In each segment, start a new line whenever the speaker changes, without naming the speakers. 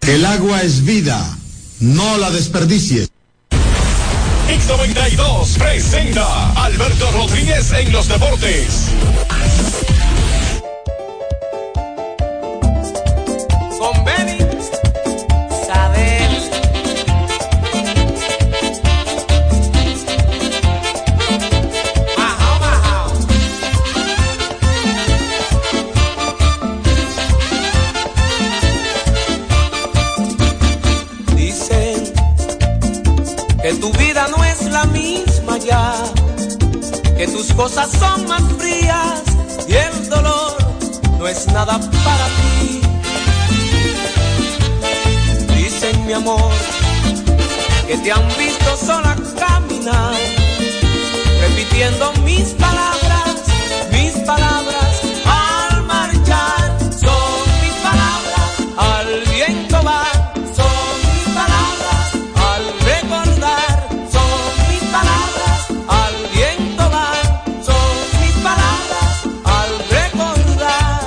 Vida es vida, no la desperdicies.
X92 presenta Alberto Rodríguez en los deportes.
Con Benny, Saber. Bajao, bajao. Dicen que tu vida no es la misma ya, que tus cosas son más frías y el dolor no es nada para ti. Dicen mi amor que te han visto sola caminar, repitiendo mis palabras, mis palabras. al marchar Son mis palabras, al viento va, son mis palabras, al recordar son mis palabras, al viento van, son mis palabras, al recordar.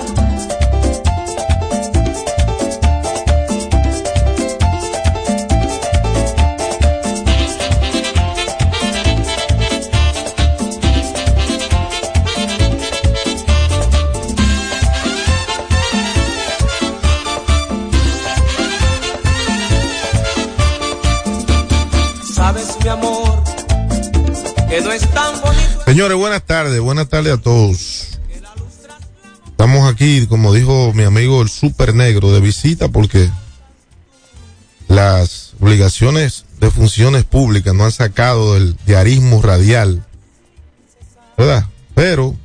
Sabes mi amor, que no es tan bonito.
Señores, buenas tardes, buenas tardes a todos. Estamos aquí, como dijo mi amigo el super negro, de visita porque las obligaciones de funciones públicas no han sacado del diarismo radial, ¿verdad? Pero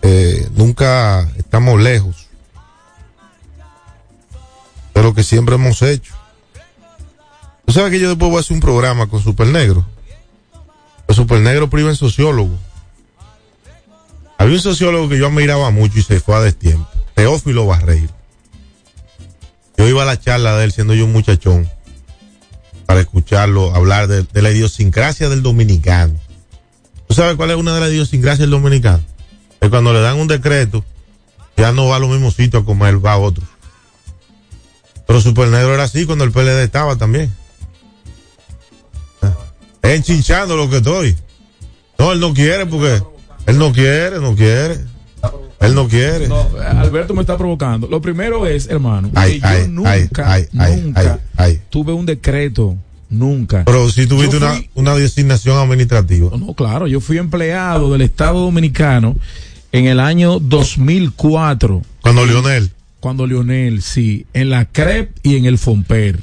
eh, nunca estamos lejos de lo que siempre hemos hecho. Tú sabes que yo después voy a hacer un programa con Super Negro. El Super Negro priva en sociólogo. Había un sociólogo que yo admiraba mucho y se fue a destiempo. Teófilo Barreiro. Yo iba a la charla de él siendo yo un muchachón para escucharlo hablar de, de la idiosincrasia del dominicano. ¿Tú sabes cuál es una de las idiosincrasias del dominicano? Es cuando le dan un decreto, ya no va a los mismos sitios a comer, va a otros. Pero Super Negro era así cuando el PLD estaba también. Ah, Enchinchando lo que estoy. No, él no quiere porque. Él no quiere, no quiere. Él no quiere.
No, Alberto me está provocando. Lo primero es, hermano,
Ay,
que yo
ay,
nunca,
ay, ay, ay,
nunca
ay, ay.
tuve un decreto, nunca.
Pero si
Yo
tuviste una,
fui-
una designación administrativa.
No, claro, yo fui empleado del Estado Dominicano en el año 2004,
Cuando Lionel.
cuando Lionel, sí, en la CREP y en el FOMPER.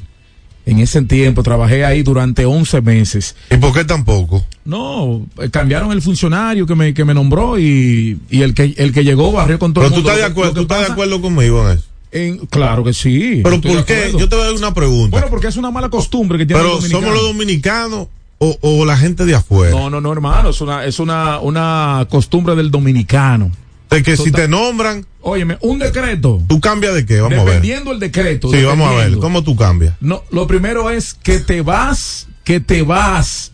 En ese tiempo trabajé ahí durante 11 meses.
¿Y por qué tampoco?
No, eh, cambiaron el funcionario que me, que me nombró y, y el, que, el que llegó barrió con todo
Pero
el
tú
mundo.
estás de
Lo que-
acuerdo,
lo que
tú estás de
pasa
acuerdo conmigo en eso.
en- claro que sí.
Pero
estoy
¿por
de
qué?
acuerdo.
Yo te voy a dar una pregunta.
Bueno, porque es una mala costumbre que tiene
Pero
el
somos
dominicano.
los dominicanos o, o la gente de afuera.
No, no, no, hermano, es una, es una, una costumbre del dominicano.
de que si
total-
te nombran,
Óyeme, un decreto,
tú cambias de qué, vamos a ver.
dependiendo el decreto.
Sí, vamos a ver,
dependiendo.
¿cómo tú cambias?
No, lo primero es que te vas, que te vas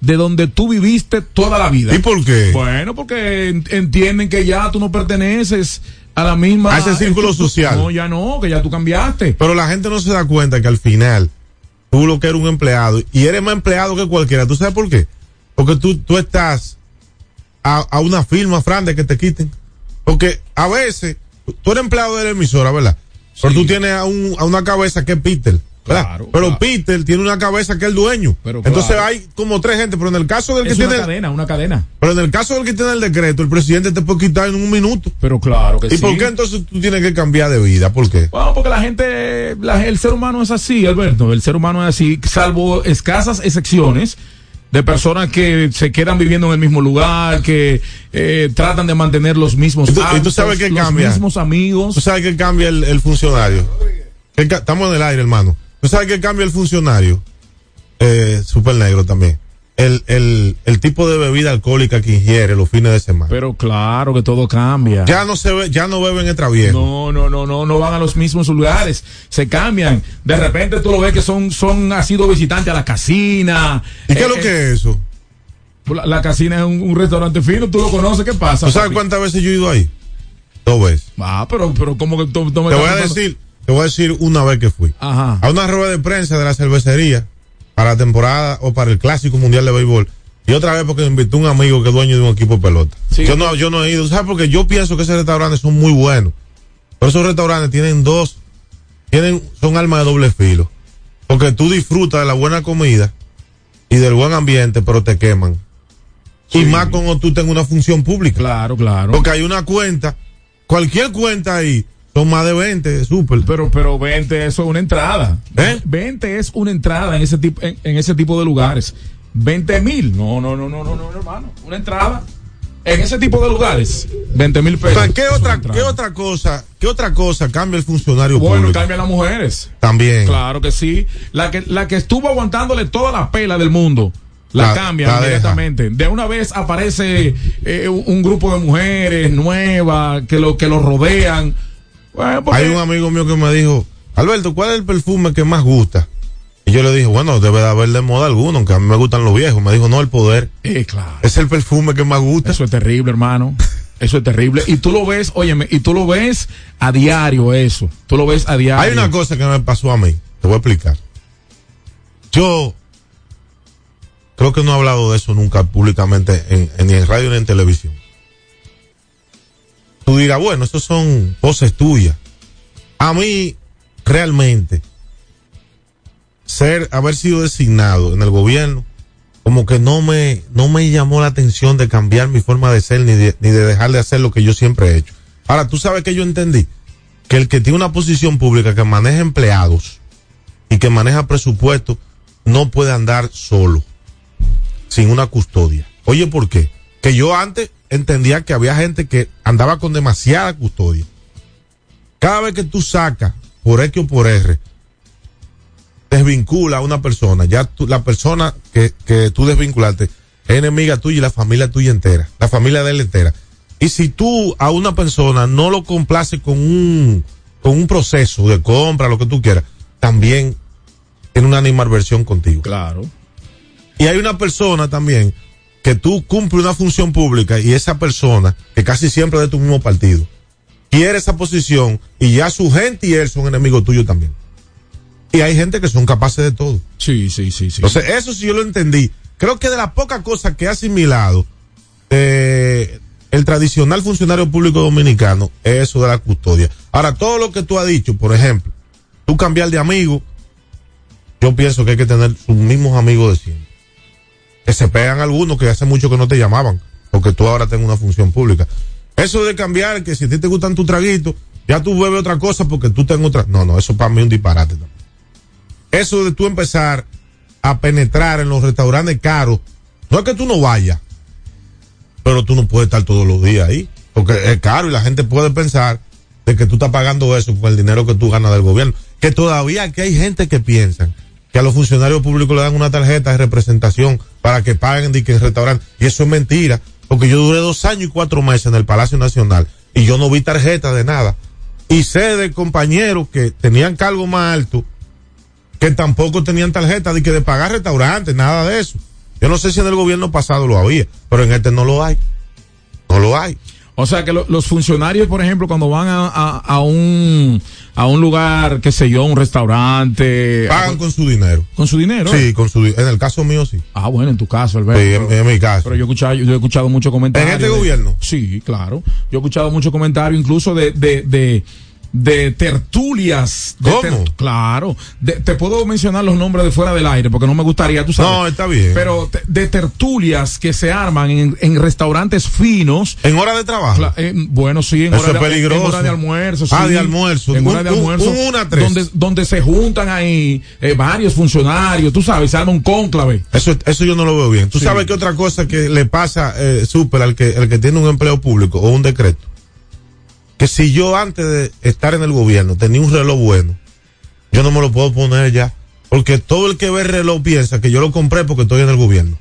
de donde tú viviste toda la vida.
¿Y por qué?
Bueno, porque en- entienden que ya tú no perteneces a la misma...
A ese círculo social.
No, ya no, que ya tú cambiaste.
Pero la gente no se da cuenta que al final tú lo que eres un empleado y eres más empleado que cualquiera. ¿Tú sabes por qué? Porque tú, tú estás a, a una firma, Fran, de que te quiten. Porque a veces tú eres empleado de la emisora, ¿verdad? Pero
Sí.
tú tienes a, un- a una cabeza que es Peter. ¿verdad?
Claro,
pero
claro.
Peter tiene una cabeza que es el dueño.
Pero
Entonces
claro.
hay como tres gente, pero en el caso del que
Es una
tiene,
cadena, una cadena.
pero en el caso del que tiene el decreto, el presidente te puede quitar en un minuto.
Pero claro que
¿Y
sí.
por qué entonces tú tienes que cambiar de vida? ¿Por qué?
Bueno, porque la gente, la- el ser humano es así, Alberto. El ser humano es así, salvo escasas excepciones de personas que se quedan viviendo en el mismo lugar, que eh, tratan de mantener los mismos
¿Y tú- y tú sabes qué
los
cambia?
mismos
¿Tú
amigos.
sabes que cambia el, el funcionario? Que ca- Estamos en el aire, hermano. ¿Tú sabes que cambia el funcionario? Eh, super negro también. El, el, el tipo de bebida alcohólica que ingiere los fines de semana.
Pero claro que todo cambia.
ya no se ve, ya no beben extra viejo.
No, no, no, no, no van a los mismos lugares, se cambian. De repente tú lo ves que son, son, ha sido visitante a la casina.
¿Y qué
Eh,
es lo
eh,
que es eso?
La, la casina es un, un restaurante fino, tú lo conoces, ¿qué pasa?
¿Tú sabes
papi?
cuántas veces yo he ido ahí? Dos veces.
Ah, pero, pero como que tú- tú me
Te voy
estás
a
contando?
decir, te voy a decir una vez que fui.
Ajá.
A una rueda de prensa de la cervecería para la temporada o para el clásico mundial de béisbol. Y otra vez porque me invitó un amigo que es dueño de un equipo de pelota.
Sí.
Yo no, yo no he ido, ¿sabes? Porque yo pienso que esos restaurantes son muy buenos. Pero esos restaurantes tienen dos, tienen, son armas de doble filo. Porque tú disfrutas de la buena comida y del buen ambiente, pero te queman. Y más cuando tú tengas una función pública.
Claro, claro.
Porque hay una cuenta, cualquier cuenta ahí, son más de 20, súper.
Pero, pero 20 eso es una entrada.
¿Eh?
20 es una entrada en ese tipo, en, en ese tipo de lugares. 20 mil. No, no, no, no, no, no, hermano. Una entrada en ese tipo de lugares. 20 mil
O
pesos.
sea, ¿qué
Es una
otra,
entrada.
qué otra cosa, qué otra cosa cambia el funcionario
Bueno,
público?
cambian las mujeres.
También.
Claro que sí. La que, la que estuvo aguantándole toda la pela del mundo. La,
La-
cambian
la deja.
inmediatamente. De una vez aparece eh, un- un grupo de mujeres nuevas que lo, que lo rodean. Bueno, porque-
Hay un amigo mío que me dijo, Alberto, ¿cuál es el perfume que más gusta? Y yo le dije, bueno, debe de haber de moda alguno, aunque a mí me gustan los viejos. Me dijo, no, el poder.
Eh, claro.
Es el perfume que más gusta.
Eso es terrible, hermano. Eso es terrible. Y tú lo ves, óyeme, y tú lo ves a diario eso. Tú lo ves a diario.
Hay una cosa que me pasó a mí, te voy a explicar. Yo creo que no he hablado de eso nunca públicamente, en, en- ni en radio ni en televisión. Tú dirás, bueno, eso son voces tuyas. A mí, realmente, ser, haber sido designado en el gobierno, como que no me, no me llamó la atención de cambiar mi forma de ser ni de, ni de dejar de hacer lo que yo siempre he hecho. Ahora, tú sabes que yo entendí que el que tiene una posición pública que maneja empleados y que maneja presupuesto no puede andar solo, sin una custodia. Oye, ¿por qué? Que yo antes entendía que había gente que andaba con demasiada custodia. Cada vez que tú sacas por X o por R, desvincula a una persona. Ya tú- la persona que, que tú desvinculaste es enemiga tuya y la familia tuya entera, la familia de él entera. Y si tú a una persona no lo complaces con un, con un proceso de compra, lo que tú quieras, también tiene una animadversión contigo.
Claro.
Y hay una persona también que tú cumples una función pública y esa persona, que casi siempre es de tu mismo partido, quiere esa posición y ya su gente y él son enemigos tuyos también. Y hay gente que son capaces de todo.
Sí, sí, sí, sí.
Entonces, eso sí yo lo entendí. Creo que de las pocas cosas que he asimilado eh, el tradicional funcionario público dominicano es eso de la custodia. Ahora, todo lo que tú has dicho, por ejemplo, tú cambiar de amigo, yo pienso que hay que tener sus mismos amigos de siempre. Que se pegan algunos que hace mucho que no te llamaban, porque tú ahora tengas una función pública. Eso de cambiar, que si a ti te gustan tus traguitos, ya tú bebes otra cosa porque tú tengas otra. No, no, eso para mí es un disparate también eso de tú empezar a penetrar en los restaurantes caros, no es que tú no vayas, pero tú no puedes estar todos los días ahí, porque es caro y la gente puede pensar de que tú estás pagando eso con el dinero que tú ganas del gobierno. Que todavía aquí hay gente que piensa que a los funcionarios públicos le dan una tarjeta de representación para que paguen de que en restaurante. Y eso es mentira, porque yo duré dos años y cuatro meses en el Palacio Nacional y yo no vi tarjeta de nada. Y sé de compañeros que tenían cargo más alto que tampoco tenían tarjeta de que de pagar restaurantes, nada de eso. Yo no sé si en el gobierno pasado lo había, pero en este no lo hay. No lo hay.
O sea que lo- los funcionarios, por ejemplo, cuando van a, a, a un a un lugar, qué sé yo, un restaurante, a-
Pagan con su dinero.
con su dinero.
Sí, con su di- en el caso mío sí.
Ah, bueno, en tu caso, Alberto.
Sí, en, en mi caso.
Pero yo he escuchado, yo he escuchado muchos comentarios.
¿En este
de-
gobierno?
Sí, claro. Yo he escuchado muchos comentarios, incluso de, de, de, de tertulias. de
¿Cómo?
claro. De- te puedo mencionar los nombres de fuera del aire, porque no me gustaría, tú sabes.
No, está bien.
Pero te- de tertulias que se arman en, en restaurantes finos.
En hora de trabajo.
Cla- eh, bueno, sí, en
Eso
hora,
es
de, en- en
peligroso.
hora de almuerzo.
Ah,
sí.
de almuerzo.
En
Un-
hora de
un-
almuerzo.
un- una a tres.
Donde, donde se juntan ahí eh, varios funcionarios, tú sabes, se arma un cónclave.
Eso, eso yo no lo veo bien. Tú
Sí.
sabes que otra cosa que le pasa eh, súper al que, al que tiene un empleo público o un decreto. Que si yo antes de estar en el gobierno tenía un reloj bueno, yo no me lo puedo poner ya. Porque todo el que ve el reloj piensa que yo lo compré porque estoy en el gobierno.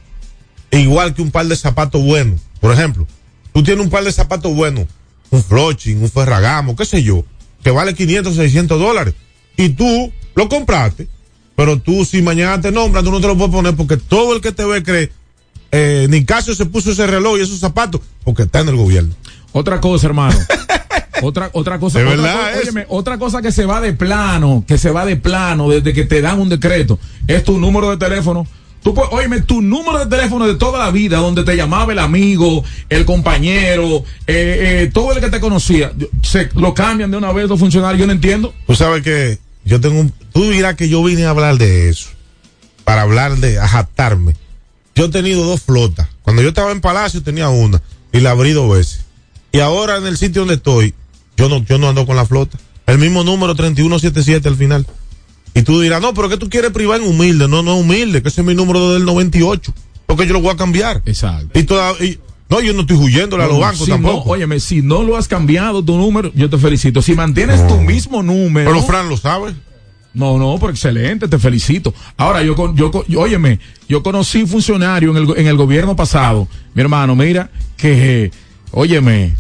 Igual que un par de zapatos buenos. Por ejemplo, tú tienes un par de zapatos buenos, un Floching, un Ferragamo, qué sé yo, que vale 500, 600 dólares. Y tú lo compraste, pero tú si mañana te nombran, tú no te lo puedes poner porque todo el que te ve cree, eh, Nicasio se puso ese reloj y esos zapatos porque está en el gobierno.
Otra cosa, hermano. Otra, otra cosa,
De
otra,
verdad,
cosa
es.
óyeme, otra cosa que se va de plano, que se va de plano desde que te dan un decreto, es tu número de teléfono. Tú, puedes- óyeme, tu número de teléfono de toda la vida, donde te llamaba el amigo, el compañero, eh, eh, todo el que te conocía, yo- se, lo cambian de una vez los funcionarios, yo no entiendo.
Tú sabes que yo tengo un. Tú dirás que yo vine a hablar de eso. Para hablar de. A jactarme. Yo he tenido dos flotas. Cuando yo estaba en Palacio tenía una. Y la abrí dos veces. Y ahora en el sitio donde estoy. Yo no, yo no ando con la flota. El mismo número 3177 al final. Y tú dirás, no, pero que tú quieres privar en humilde. No, no es humilde. Que ese es mi número del 98. Porque yo lo voy a cambiar.
Exacto.
Y todavía. y- no, yo no estoy huyéndole a los bancos
si
tampoco.
No, óyeme, si no lo has cambiado tu número, yo te felicito. Si mantienes tu mismo número.
pero Fran lo sabe.
No, no, pero excelente, te felicito. Ahora, yo, con- yo, con- yo- óyeme, yo conocí funcionario en el, go- en el gobierno pasado, mi hermano, mira, que, eh, óyeme,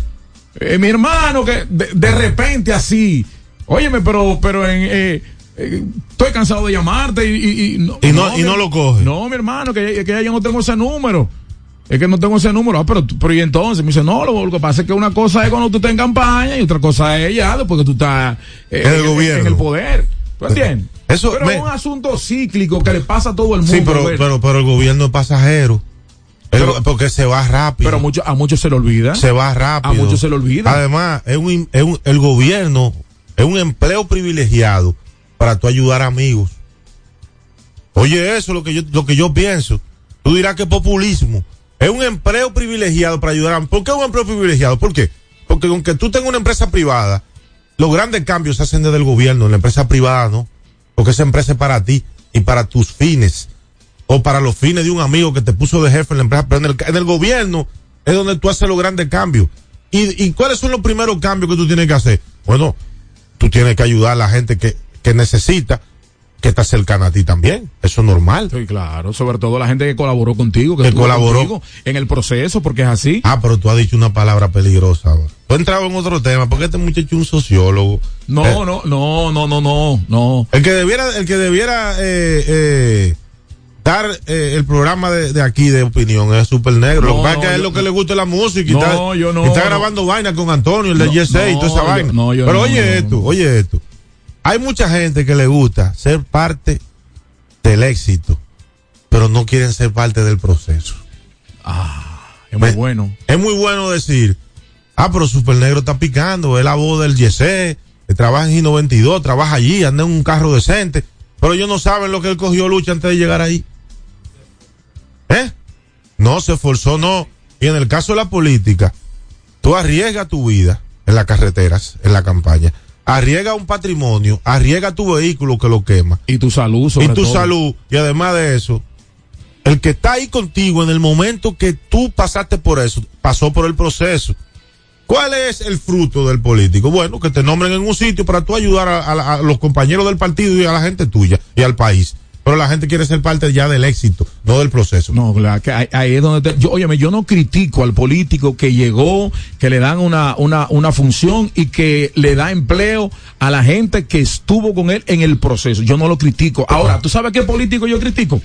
eh, mi hermano, que de, de repente así, óyeme, pero, pero en, eh, eh, estoy cansado de llamarte y, y-
Y no- y
mi-
no lo coge.
No, mi hermano, que, que ya yo no tengo ese número. Es que no tengo ese número. Ah, pero, tú- pero y entonces me dice, no, lo, lo que pasa es que una cosa es cuando tú estás en campaña y otra cosa es ya después que tú estás eh,
En el
En
gobierno.
el poder. ¿Tú entiendes?
Eso
pero
me-
es un asunto cíclico que le pasa a todo el mundo.
Sí, pero,
Alberto.
pero, pero el gobierno es pasajero. El-
Pero-
porque se va rápido.
Pero mucho- a muchos se le olvida.
se va rápido.
a muchos se le olvida.
Además, es un, im- es un- el gobierno es un empleo privilegiado para tú ayudar a amigos. Oye, eso es lo que yo, lo que yo pienso. Tú dirás que es populismo. Es un empleo privilegiado para ayudar a ¿Por qué es un empleo privilegiado? ¿Por qué? Porque aunque tú tengas una empresa privada, los grandes cambios se hacen desde el gobierno, en la empresa privada no. Porque esa empresa es para ti y para tus fines o para los fines de un amigo que te puso de jefe en la empresa, pero en el, en el gobierno es donde tú haces los grandes cambios. ¿Y, y cuáles son los primeros cambios que tú tienes que hacer? Bueno, tú tienes que ayudar a la gente que, que necesita, que está cercana a ti también. Eso es normal.
Sí, claro. Sobre todo la gente que colaboró contigo, que,
Que
estuvo
colaboró.
contigo en el proceso, porque es así.
Ah, pero tú has dicho una palabra peligrosa. ahora. Tú has entrado en otro tema, porque este muchacho es un sociólogo.
No,
Eh,
no, no, no, no, no, no.
El que debiera, el que debiera eh, eh, dar eh, el programa de, de aquí de opinión es Super Negro.
No,
lo que pasa es
no,
que a él
yo-
lo que le gusta es la música y
No,
está,
yo no.
y está grabando vaina con Antonio, el de
No,
Yesey y toda esa
no, yo-
vaina.
no, yo
Pero
no,
oye
no, no,
esto,
no.
oye esto. Hay mucha gente que le gusta ser parte del éxito, pero no quieren ser parte del proceso.
Es muy
Me-
bueno.
Es muy bueno decir, ah, pero Super Negro está picando, es la voz del Yesé, que trabaja en I-92, trabaja allí, anda en un carro decente, pero ellos no saben lo que él cogió lucha antes de llegar ahí. ¿Eh? No, se esforzó, no. Y en el caso de la política, tú arriesgas tu vida en las carreteras, en la campaña, arriesga un patrimonio, arriesga tu vehículo que lo quema
Y tu salud, sobre
y tu
todo.
salud. Y además de eso, el que está ahí contigo en el momento que tú pasaste por eso, pasó por el proceso. ¿Cuál es el fruto del político? Bueno, que te nombren en un sitio para tú ayudar a, a la- a los compañeros del partido y a la gente tuya y al país. Pero la gente quiere ser parte ya del éxito, no del proceso.
No, claro, que ahí, ahí es donde te- yo, óyeme, yo no critico al político que llegó, que le dan una, una, una función y que le da empleo a la gente que estuvo con él en el proceso. Yo no lo critico. Ahora, ¿tú sabes qué político yo critico?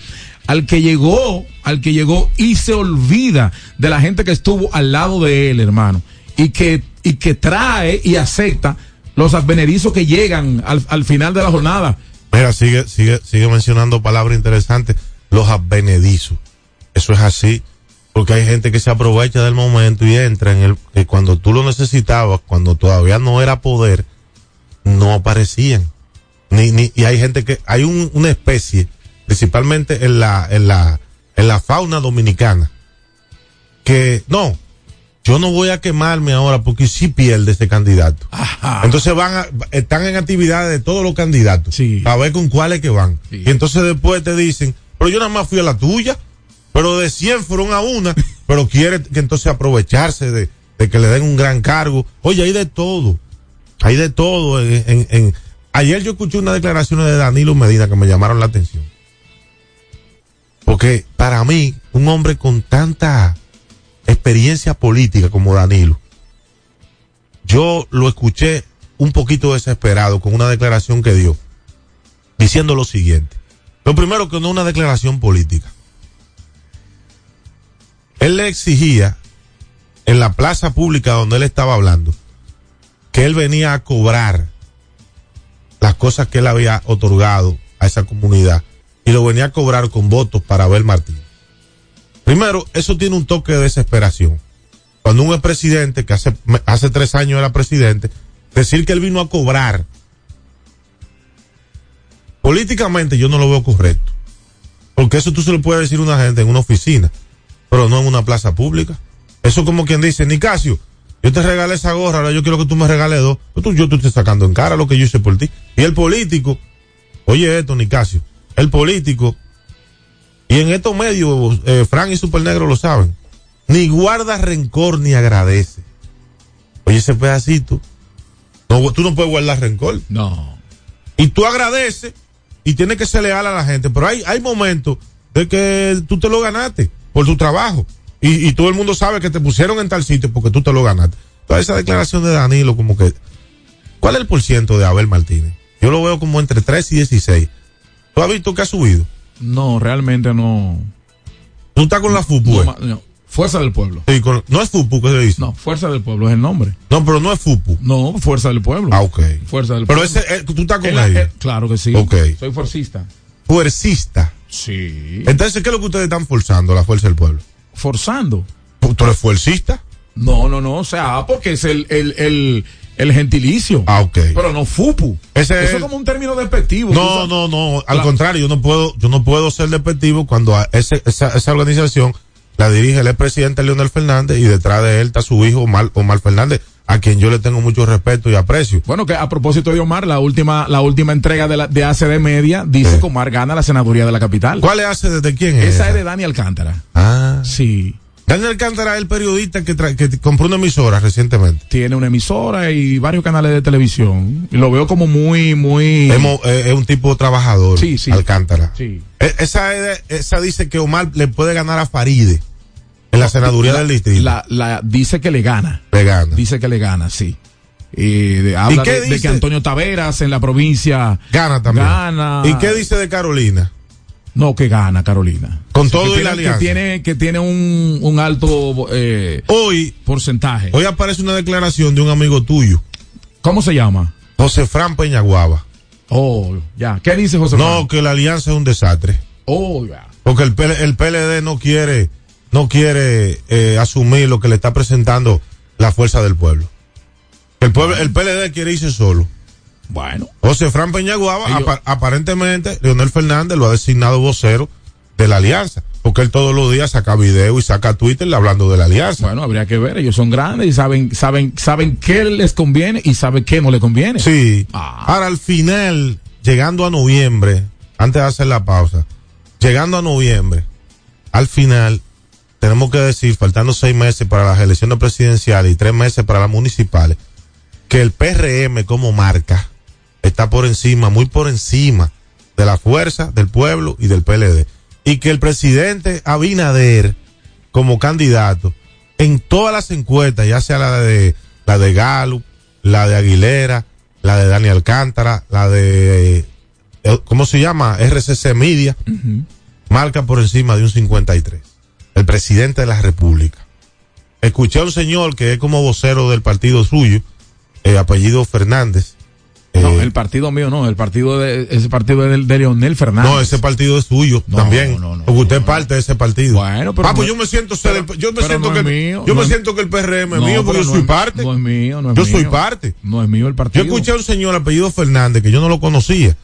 Al que llegó, al que llegó y se olvida de la gente que estuvo al lado de él, hermano, y que, y que trae y acepta los advenedizos que llegan al, al final de la jornada.
Mira, sigue, sigue, sigue mencionando palabras interesantes. Los advenedizos. Eso es así. Porque hay gente que se aprovecha del momento y entra en el que cuando tú lo necesitabas, cuando todavía no era poder, no aparecían. Ni, ni, y hay gente que, hay un- una especie, principalmente en la, en la, en la fauna dominicana, que no, yo no voy a quemarme ahora porque si pierde ese candidato.
Ajá.
Entonces van a- están en actividades de todos los candidatos
Sí.
para ver con cuáles que van.
Sí.
Y entonces después te dicen, pero yo nada más fui a la tuya, pero de 100 fueron a una, pero quiere que entonces aprovecharse de, de que le den un gran cargo. Oye, hay de todo, hay de todo. en- en- en- Ayer yo escuché unas declaraciones de Danilo Medina que me llamaron la atención. Porque para mí, un hombre con tanta experiencia política como Danilo, yo lo escuché un poquito desesperado con una declaración que dio, diciendo lo siguiente. Lo primero que no es una declaración política. Él le exigía en la plaza pública donde él estaba hablando que él venía a cobrar las cosas que él había otorgado a esa comunidad y lo venía a cobrar con votos para Abel Martín. Primero, eso tiene un toque de desesperación. Cuando un presidente que hace, hace tres años era presidente, decir que él vino a cobrar, políticamente yo no lo veo correcto. Porque eso tú se lo puedes decir a una gente en una oficina, pero no en una plaza pública. Eso como quien dice, Nicasio, yo te regalé esa gorra, ahora yo quiero que tú me regales dos. Pero tú, yo te estoy sacando en cara lo que yo hice por ti. Y el político, oye esto, Nicasio, el político, y en estos medios, eh, Fran y Supernegro lo saben, ni guarda rencor ni agradece. Oye, ese pedacito, no, tú no puedes guardar rencor.
No.
Y tú agradeces y tienes que ser leal a la gente, pero hay, hay momentos de que tú te lo ganaste por tu trabajo. Y, y, todo el mundo sabe que te pusieron en tal sitio porque tú te lo ganaste. Toda esa declaración de Danilo, como que. ¿Cuál es el porciento de Abel Martínez? Yo lo veo como entre 3 y 16. ¿Tú has visto que ha subido?
No, realmente no.
¿Tú estás con la FUPU? eh.
No, no, fuerza del Pueblo.
Sí, con, no es FUPU que se dice.
No, Fuerza del Pueblo es el nombre.
No, pero no es FUPU.
No, Fuerza del Pueblo.
Ah, ok.
Fuerza del
Pero
Pueblo.
ese, eh, tú estás con
El-
ellos.
el- claro que sí.
Ok.
Soy forcista.
Fuercista.
Sí.
Entonces, ¿qué es lo que ustedes están forzando, la fuerza del pueblo?
Forzando.
¿Tú eres fuercista?
No, no, no. O sea, porque es el, el, el, el gentilicio.
Ah, ok.
Pero no fupu.
Ese es
Eso
el-
es como un término despectivo. tú
No,
sabes.
no, no. Al
Claro.
contrario, yo no puedo, yo no puedo ser despectivo cuando a ese- esa, esa organización la dirige el expresidente Leonel Fernández y detrás de él está su hijo Omar, Omar Fernández, a quien yo le tengo mucho respeto y aprecio.
Bueno, que a propósito de Omar, la última, la última entrega de, la, de ACD Media dice
Sí.
que Omar gana la senaduría de la capital.
Eh. ¿Cuál Eh. le hace desde quién es?
Esa es de Dani Alcántara.
Ah.
Sí.
Daniel Cántara es el periodista que, tra- que compró una emisora recientemente.
Tiene una emisora y varios canales de televisión. Y lo veo como muy, muy.
Es mo- eh, es un tipo trabajador,
Sí, sí.
Alcántara.
Sí.
E- Esa, es de- esa dice que Omar le puede ganar a Faride en la senaduría del distrito.
La, la- dice que le gana.
Le gana.
Dice que le gana, sí. Y de- habla
qué
de, de
dice?
que Antonio Taveras en la provincia.
Gana también.
Gana.
¿Y qué dice de Carolina?
No, que gana Carolina.
Con
O sea,
todo
que
y la
tiene-
alianza.
Que tiene, que tiene un, un alto eh,
Hoy,
porcentaje.
hoy aparece una declaración de un amigo tuyo,
¿Cómo se llama?
José Fran Peñaguaba.
Oh, ya. ¿Qué dice José
No,
Fran?
que la alianza es un desastre.
Oh, ya.
Porque el, PL el PLD no quiere, no quiere eh, asumir lo que le está presentando la fuerza del pueblo. El, pueblo, el PLD quiere irse solo.
Bueno.
José Fran Peñaguaba,
Ellos-
apa- aparentemente, Leonel Fernández lo ha designado vocero de la alianza. Porque él todos los días saca video y saca Twitter hablando de la alianza.
Bueno, habría que ver. Ellos son grandes y saben, saben, saben qué les conviene y saben qué no les conviene.
Sí.
Ah.
Ahora, al final, llegando a noviembre, antes de hacer la pausa, llegando a noviembre, al final, tenemos que decir, faltando seis meses para las elecciones presidenciales y tres meses para las municipales, que el PRM como marca está por encima, muy por encima de la fuerza del pueblo y del PLD. Y que el presidente Abinader, como candidato, en todas las encuestas, ya sea la de la de Gallup, la de Aguilera, la de Dani Alcántara, la de eh, ¿cómo se llama? RCC Media, marca por encima de un 53. El presidente de la República. Escuché a un señor que es como vocero del partido suyo, eh, apellido Fernández.
No,
eh,
el partido mío no, el partido de, ese partido de, de Leonel Fernández.
No, ese partido es suyo
Ah, No,
también.
no, no,
porque usted
no.
es parte de ese partido.
Bueno, pero
Ah, pues
no-
yo me siento ser el-
pero-
yo me
pero
siento
no
que
es mío,
yo
no
me
es-
siento que el PRM es
No,
mío porque
pero
yo
no
soy
es-
parte.
No es mío, no es
yo
mío.
soy parte.
No es mío el
Yo
partido.
escuché a un señor apellido Fernández que yo no lo conocía.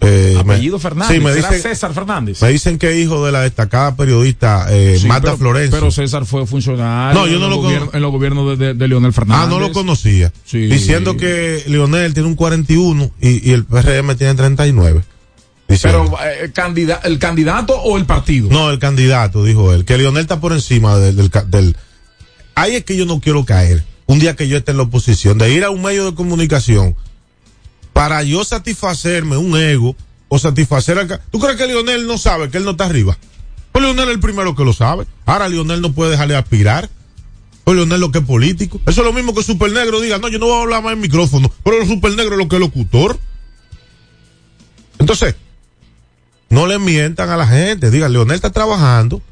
Eh, me-
apellido Fernández.
Sí, me
¿Será
dicen,
César Fernández.
me dicen que es hijo de la destacada periodista eh,
Sí,
Marta
pero-
Florencia.
Pero César fue funcionario.
No, yo no
en los
lo
gobier-
conozco.
En los gobiernos de, de- de Leonel Fernández.
ah, no lo conocía.
Sí.
Diciendo que Leonel tiene un 41 y, y el PRM tiene 39. Diciendo.
Pero eh, candida- el candidato o el partido.
No, el candidato, dijo él. Que Lionel está por encima del, del, ca- del- Ahí es que yo no quiero caer. Un día que yo esté en la oposición, de ir a un medio de comunicación para yo satisfacerme un ego o satisfacer al. ca- ¿Tú crees que Lionel no sabe que él no está arriba? Pues Lionel es el primero que lo sabe. Ahora Lionel no puede dejarle aspirar. Pues Lionel lo que es político. Eso es lo mismo que Super Negro diga, no, yo no voy a hablar más en micrófono. Pero el Super Negro es lo que es locutor. Entonces, no le mientan a la gente. Digan, Leonel está trabajando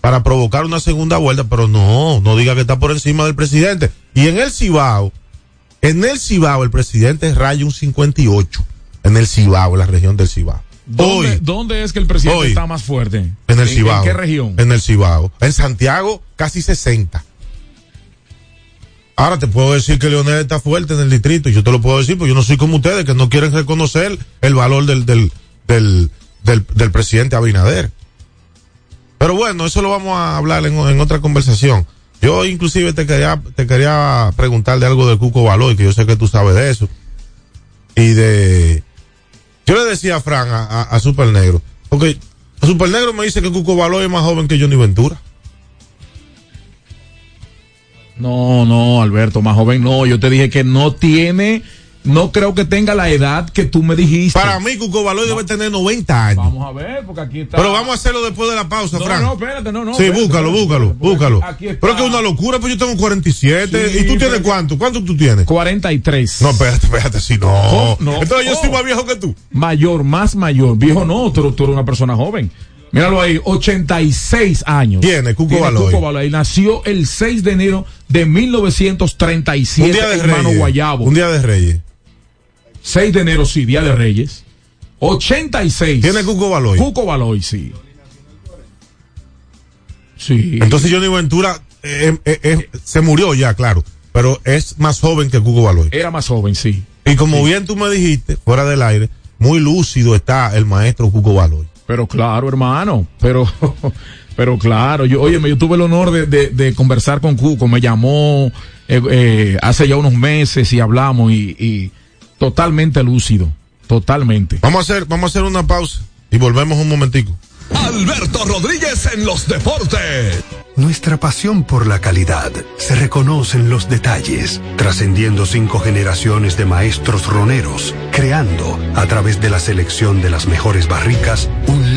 para provocar una segunda vuelta, pero no, no diga que está por encima del presidente. Y en el Cibao, En el Cibao, el presidente raya un 58. En el Cibao, en la región del Cibao.
¿Dónde,
Hoy,
dónde es que el presidente
Hoy.
está más fuerte?
en el Cibao.
¿En qué región?
En el Cibao. En Santiago, casi 60. Ahora te puedo decir que Leonel está fuerte en el distrito. y Yo te lo puedo decir, porque yo no soy como ustedes, que no quieren reconocer el valor del, del, del, del- del presidente Abinader. Pero bueno, eso lo vamos a hablar en, en otra conversación. Yo inclusive te quería, te quería preguntar de algo del Cuco Valor, que yo sé que tú sabes de eso. Y de... Yo le decía a Fran, a, a- a Super Negro, porque Super Negro me dice que Cuco Valor es más joven que Johnny Ventura.
No, no, Alberto, más joven no. Yo te dije que no tiene, no creo que tenga la edad que tú me dijiste.
Para mí Cuco Valor debe tener 90 años.
Vamos a ver, porque aquí está.
Pero vamos a hacerlo después de la pausa,
No,
Fran.
no, espérate, no, no.
sí,
espérate,
búscalo,
espérate,
búscalo,
porque
búscalo.
aquí está.
Pero es que es una locura, pues yo tengo 47.
Sí,
¿Y tú tienes
pero-
cuánto? ¿Cuánto tú tienes?
43.
No, espérate, espérate, si no.
¿Cómo? No.
Entonces yo soy
Oh.
más viejo que tú.
Mayor, más mayor. Viejo no, tú, tú eres una persona joven. Míralo ahí, 86 años.
Tiene Cuco Baloy.
Baloy. Nació el 6 de enero de 1937
un día de
en Mano
Reyes.
Guayabo.
Un día de Reyes.
6 de enero, sí, Día de Reyes. 86.
Tiene Cuco Baloy.
Cuco Baloy, sí. Sí.
Entonces Johnny Ventura eh, eh, eh, se murió ya, claro. Pero es más joven que Cuco Baloy.
Era más joven, sí.
Y como bien tú me dijiste, fuera del aire, muy lúcido está el maestro Cuco Baloy.
Pero claro, hermano, pero, pero claro, yo, óyeme, yo tuve el honor de, de- de conversar con Cuco, me llamó eh, eh, hace ya unos meses y hablamos y, y totalmente lúcido, totalmente.
Vamos a hacer, vamos a hacer una pausa y volvemos un momentico.
Alberto Rodríguez en los deportes.
Nuestra pasión por la calidad se reconoce en los detalles, trascendiendo cinco generaciones de maestros roneros, creando, a través de la selección de las mejores barricas, un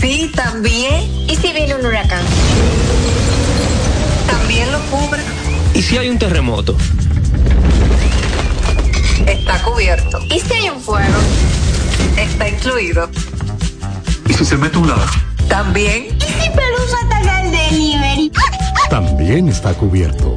Sí, también. ¿Y si viene un huracán? También lo cubre.
¿Y si hay un terremoto?
Está cubierto. ¿Y si hay un fuego? Está incluido.
¿Y si se mete un lado?
También. ¿Y si Perú ataca el delivery?
También está cubierto.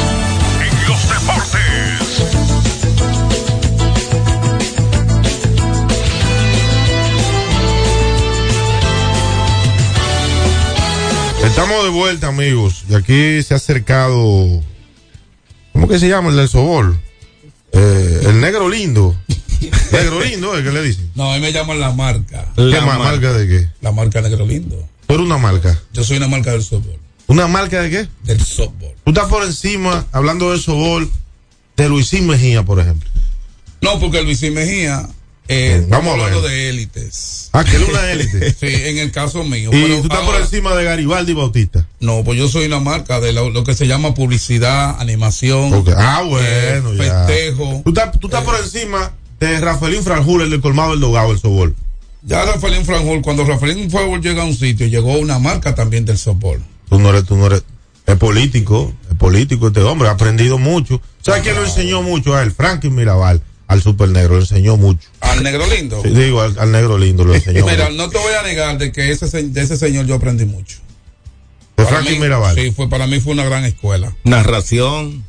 en los deportes.
Estamos de vuelta, amigos. Y aquí se ha acercado. ¿Cómo que se llama el del Sobol? Eh, el negro lindo. negro lindo, ¿eh? ¿qué le dicen?
No, a mí me llaman la marca.
¿Qué
La
ma- marca. de qué?
La marca Negro Lindo.
Tú eres una marca.
Yo soy una marca del softball.
¿Una marca de qué?
Del softball.
Tú estás por encima, hablando del Sobol, de Luisín Mejía, por ejemplo.
No, porque Luis y Mejía. eh,
Mm,
estamos
vamos a ver.
hablando de élites.
Ah, que él es una élite.
sí, en el caso mío.
Y
Pero
tú estás por
ahora-
encima de Garibaldi Bautista.
No, pues yo soy una marca de lo, lo que se llama publicidad, animación.
Ok. Ah,
eh,
bueno, ya.
Festejo.
Tú estás, tú estás por encima de Rafaelín Franjul, el del Colmado del Dogado, el Sobol.
Ya Rafaelín Franjol, cuando Rafaelín Franjol llega a un sitio, llegó una marca también del softball.
Tú no eres, tú no eres. Es político, es político este hombre, ha aprendido mucho. ¿Sabes quién lo enseñó mucho a él? Franklin Mirabal, al Super Negro, le enseñó mucho.
Al negro lindo.
Sí, digo, al, al Negro Lindo lo enseñó.
Mira,
mucho.
no te voy a negar de que ese, se- de ese señor yo aprendí mucho.
De
Para
Franklin
mí,
Mirabal.
Sí, fue, para mí fue una gran escuela.
Narración.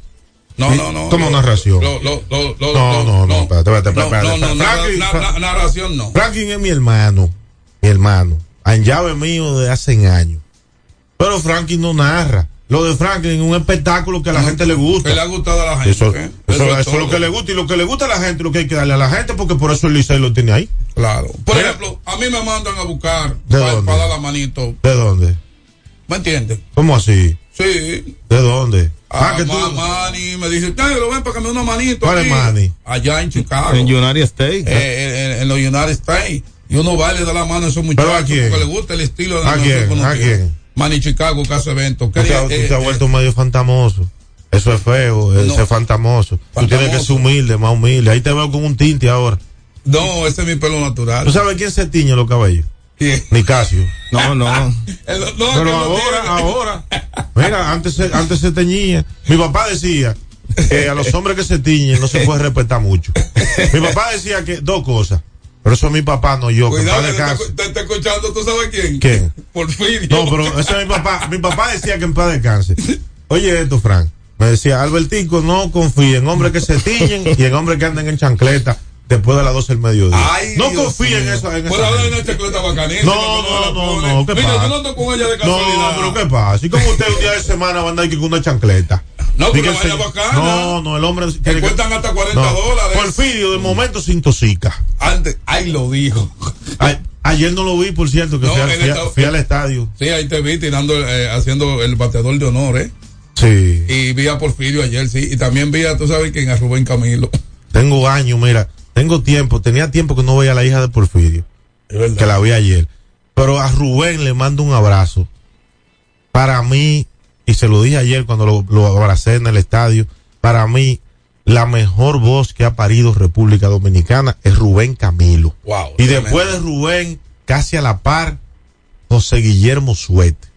No, no, no.
¿Cómo
lo-
narración?
lo- lo- lo- lo-
No,
lo-
no, no, espérate, espérate,
No,
espérate,
no, no,
espérate. Franklin,
na-
Fra-
na- narración no.
Franklin es mi hermano, mi hermano, llave mío de hace años. Pero Franklin no narra. Lo de Franklin es un espectáculo que a la gente le gusta.
Que le ha gustado a la gente.
Eso,
¿eh?
eso- eso es
todo.
lo que le gusta y lo que le gusta a la gente, lo que hay que darle a la gente, porque por eso el Licey lo tiene ahí.
Claro. Por ejemplo, a mí me mandan a buscar
¿De
para,
dónde?
para dar la manito.
¿De dónde?
¿Me entiendes?
¿Cómo así?
Sí.
¿De dónde?
Ah, que Manny me dice, negro, ven para que me dé una manito.
¿Cuál es
aquí".
Manny?
Allá en Chicago.
En United States.
eh, en, en- en los United States. Y uno va y le da la mano a esos muchachos
quién?
porque le gusta el estilo de
¿A
nosotros
quién?
que uno
¿A
tiene.
quién?
Manny Chicago que hace eventos.
Tú te, ha- tú
Eh,
te has
eh,
vuelto medio fantamoso. Eso es feo, eso es fantamoso. Tú tienes que ser humilde, más humilde. Ahí te veo con un tinte ahora.
No, ese es mi pelo natural. Eh,
¿Tú sabes quién se tiñe los cabellos? Nicasio.
No, no.
Pero ahora, ahora. Mira, antes se, antes se teñía. Mi papá decía que a los hombres que se tiñen no se puede respetar mucho. Mi papá decía que dos cosas. Pero eso es mi papá, no yo. que en
Cuidado,
paz
que te,
descanse.
está- te está escuchando, ¿tú sabes quién?
¿Quién?
Porfirio.
No, pero eh, ese es mi papá. Mi papá decía que en paz descanse. Oye esto, Frank. Me decía, Albertico, no confíe en hombres que se tiñen y en hombres que anden en chancleta después de las 12 del mediodía.
Ay,
no
Dios
confíe en
mío.
eso. En
Puede
esa
haber
gente.
una chacleta bacanísima.
No,
que la
no, no,
pone.
no, ¿qué
Mira,
pasa?
yo no ando con ella de
No,
casualidad.
pero ¿qué pasa? ¿Y como usted un día de semana va a andar aquí con una chancleta?
No,
Di
pero
que el
vaya
señor-
bacana.
No, no, el hombre. tiene que-
cuestan hasta 40
No.
dólares.
Porfirio, de momento se intoxica.
Antes, ahí lo dijo.
Ay, ayer no lo vi, por cierto, que
No,
fui, al,
él
fui a-
está-
fui al estadio.
Sí, ahí te vi tirando, eh, haciendo el bateador de honor, ¿eh?
Sí.
Y vi a Porfirio ayer, sí. Y también vi a, tú sabes quién, a Rubén Camilo.
Tengo años, mira, tengo tiempo, tenía tiempo que no veía a la hija de Porfirio, que la vi ayer. Pero a Rubén le mando un abrazo. Para mí, y se lo dije ayer cuando lo, lo abracé en el estadio, para mí, la mejor voz que ha parido República Dominicana es Rubén Camilo.
Wow.
Y después de Rubén, casi a la par, José Guillermo Suete.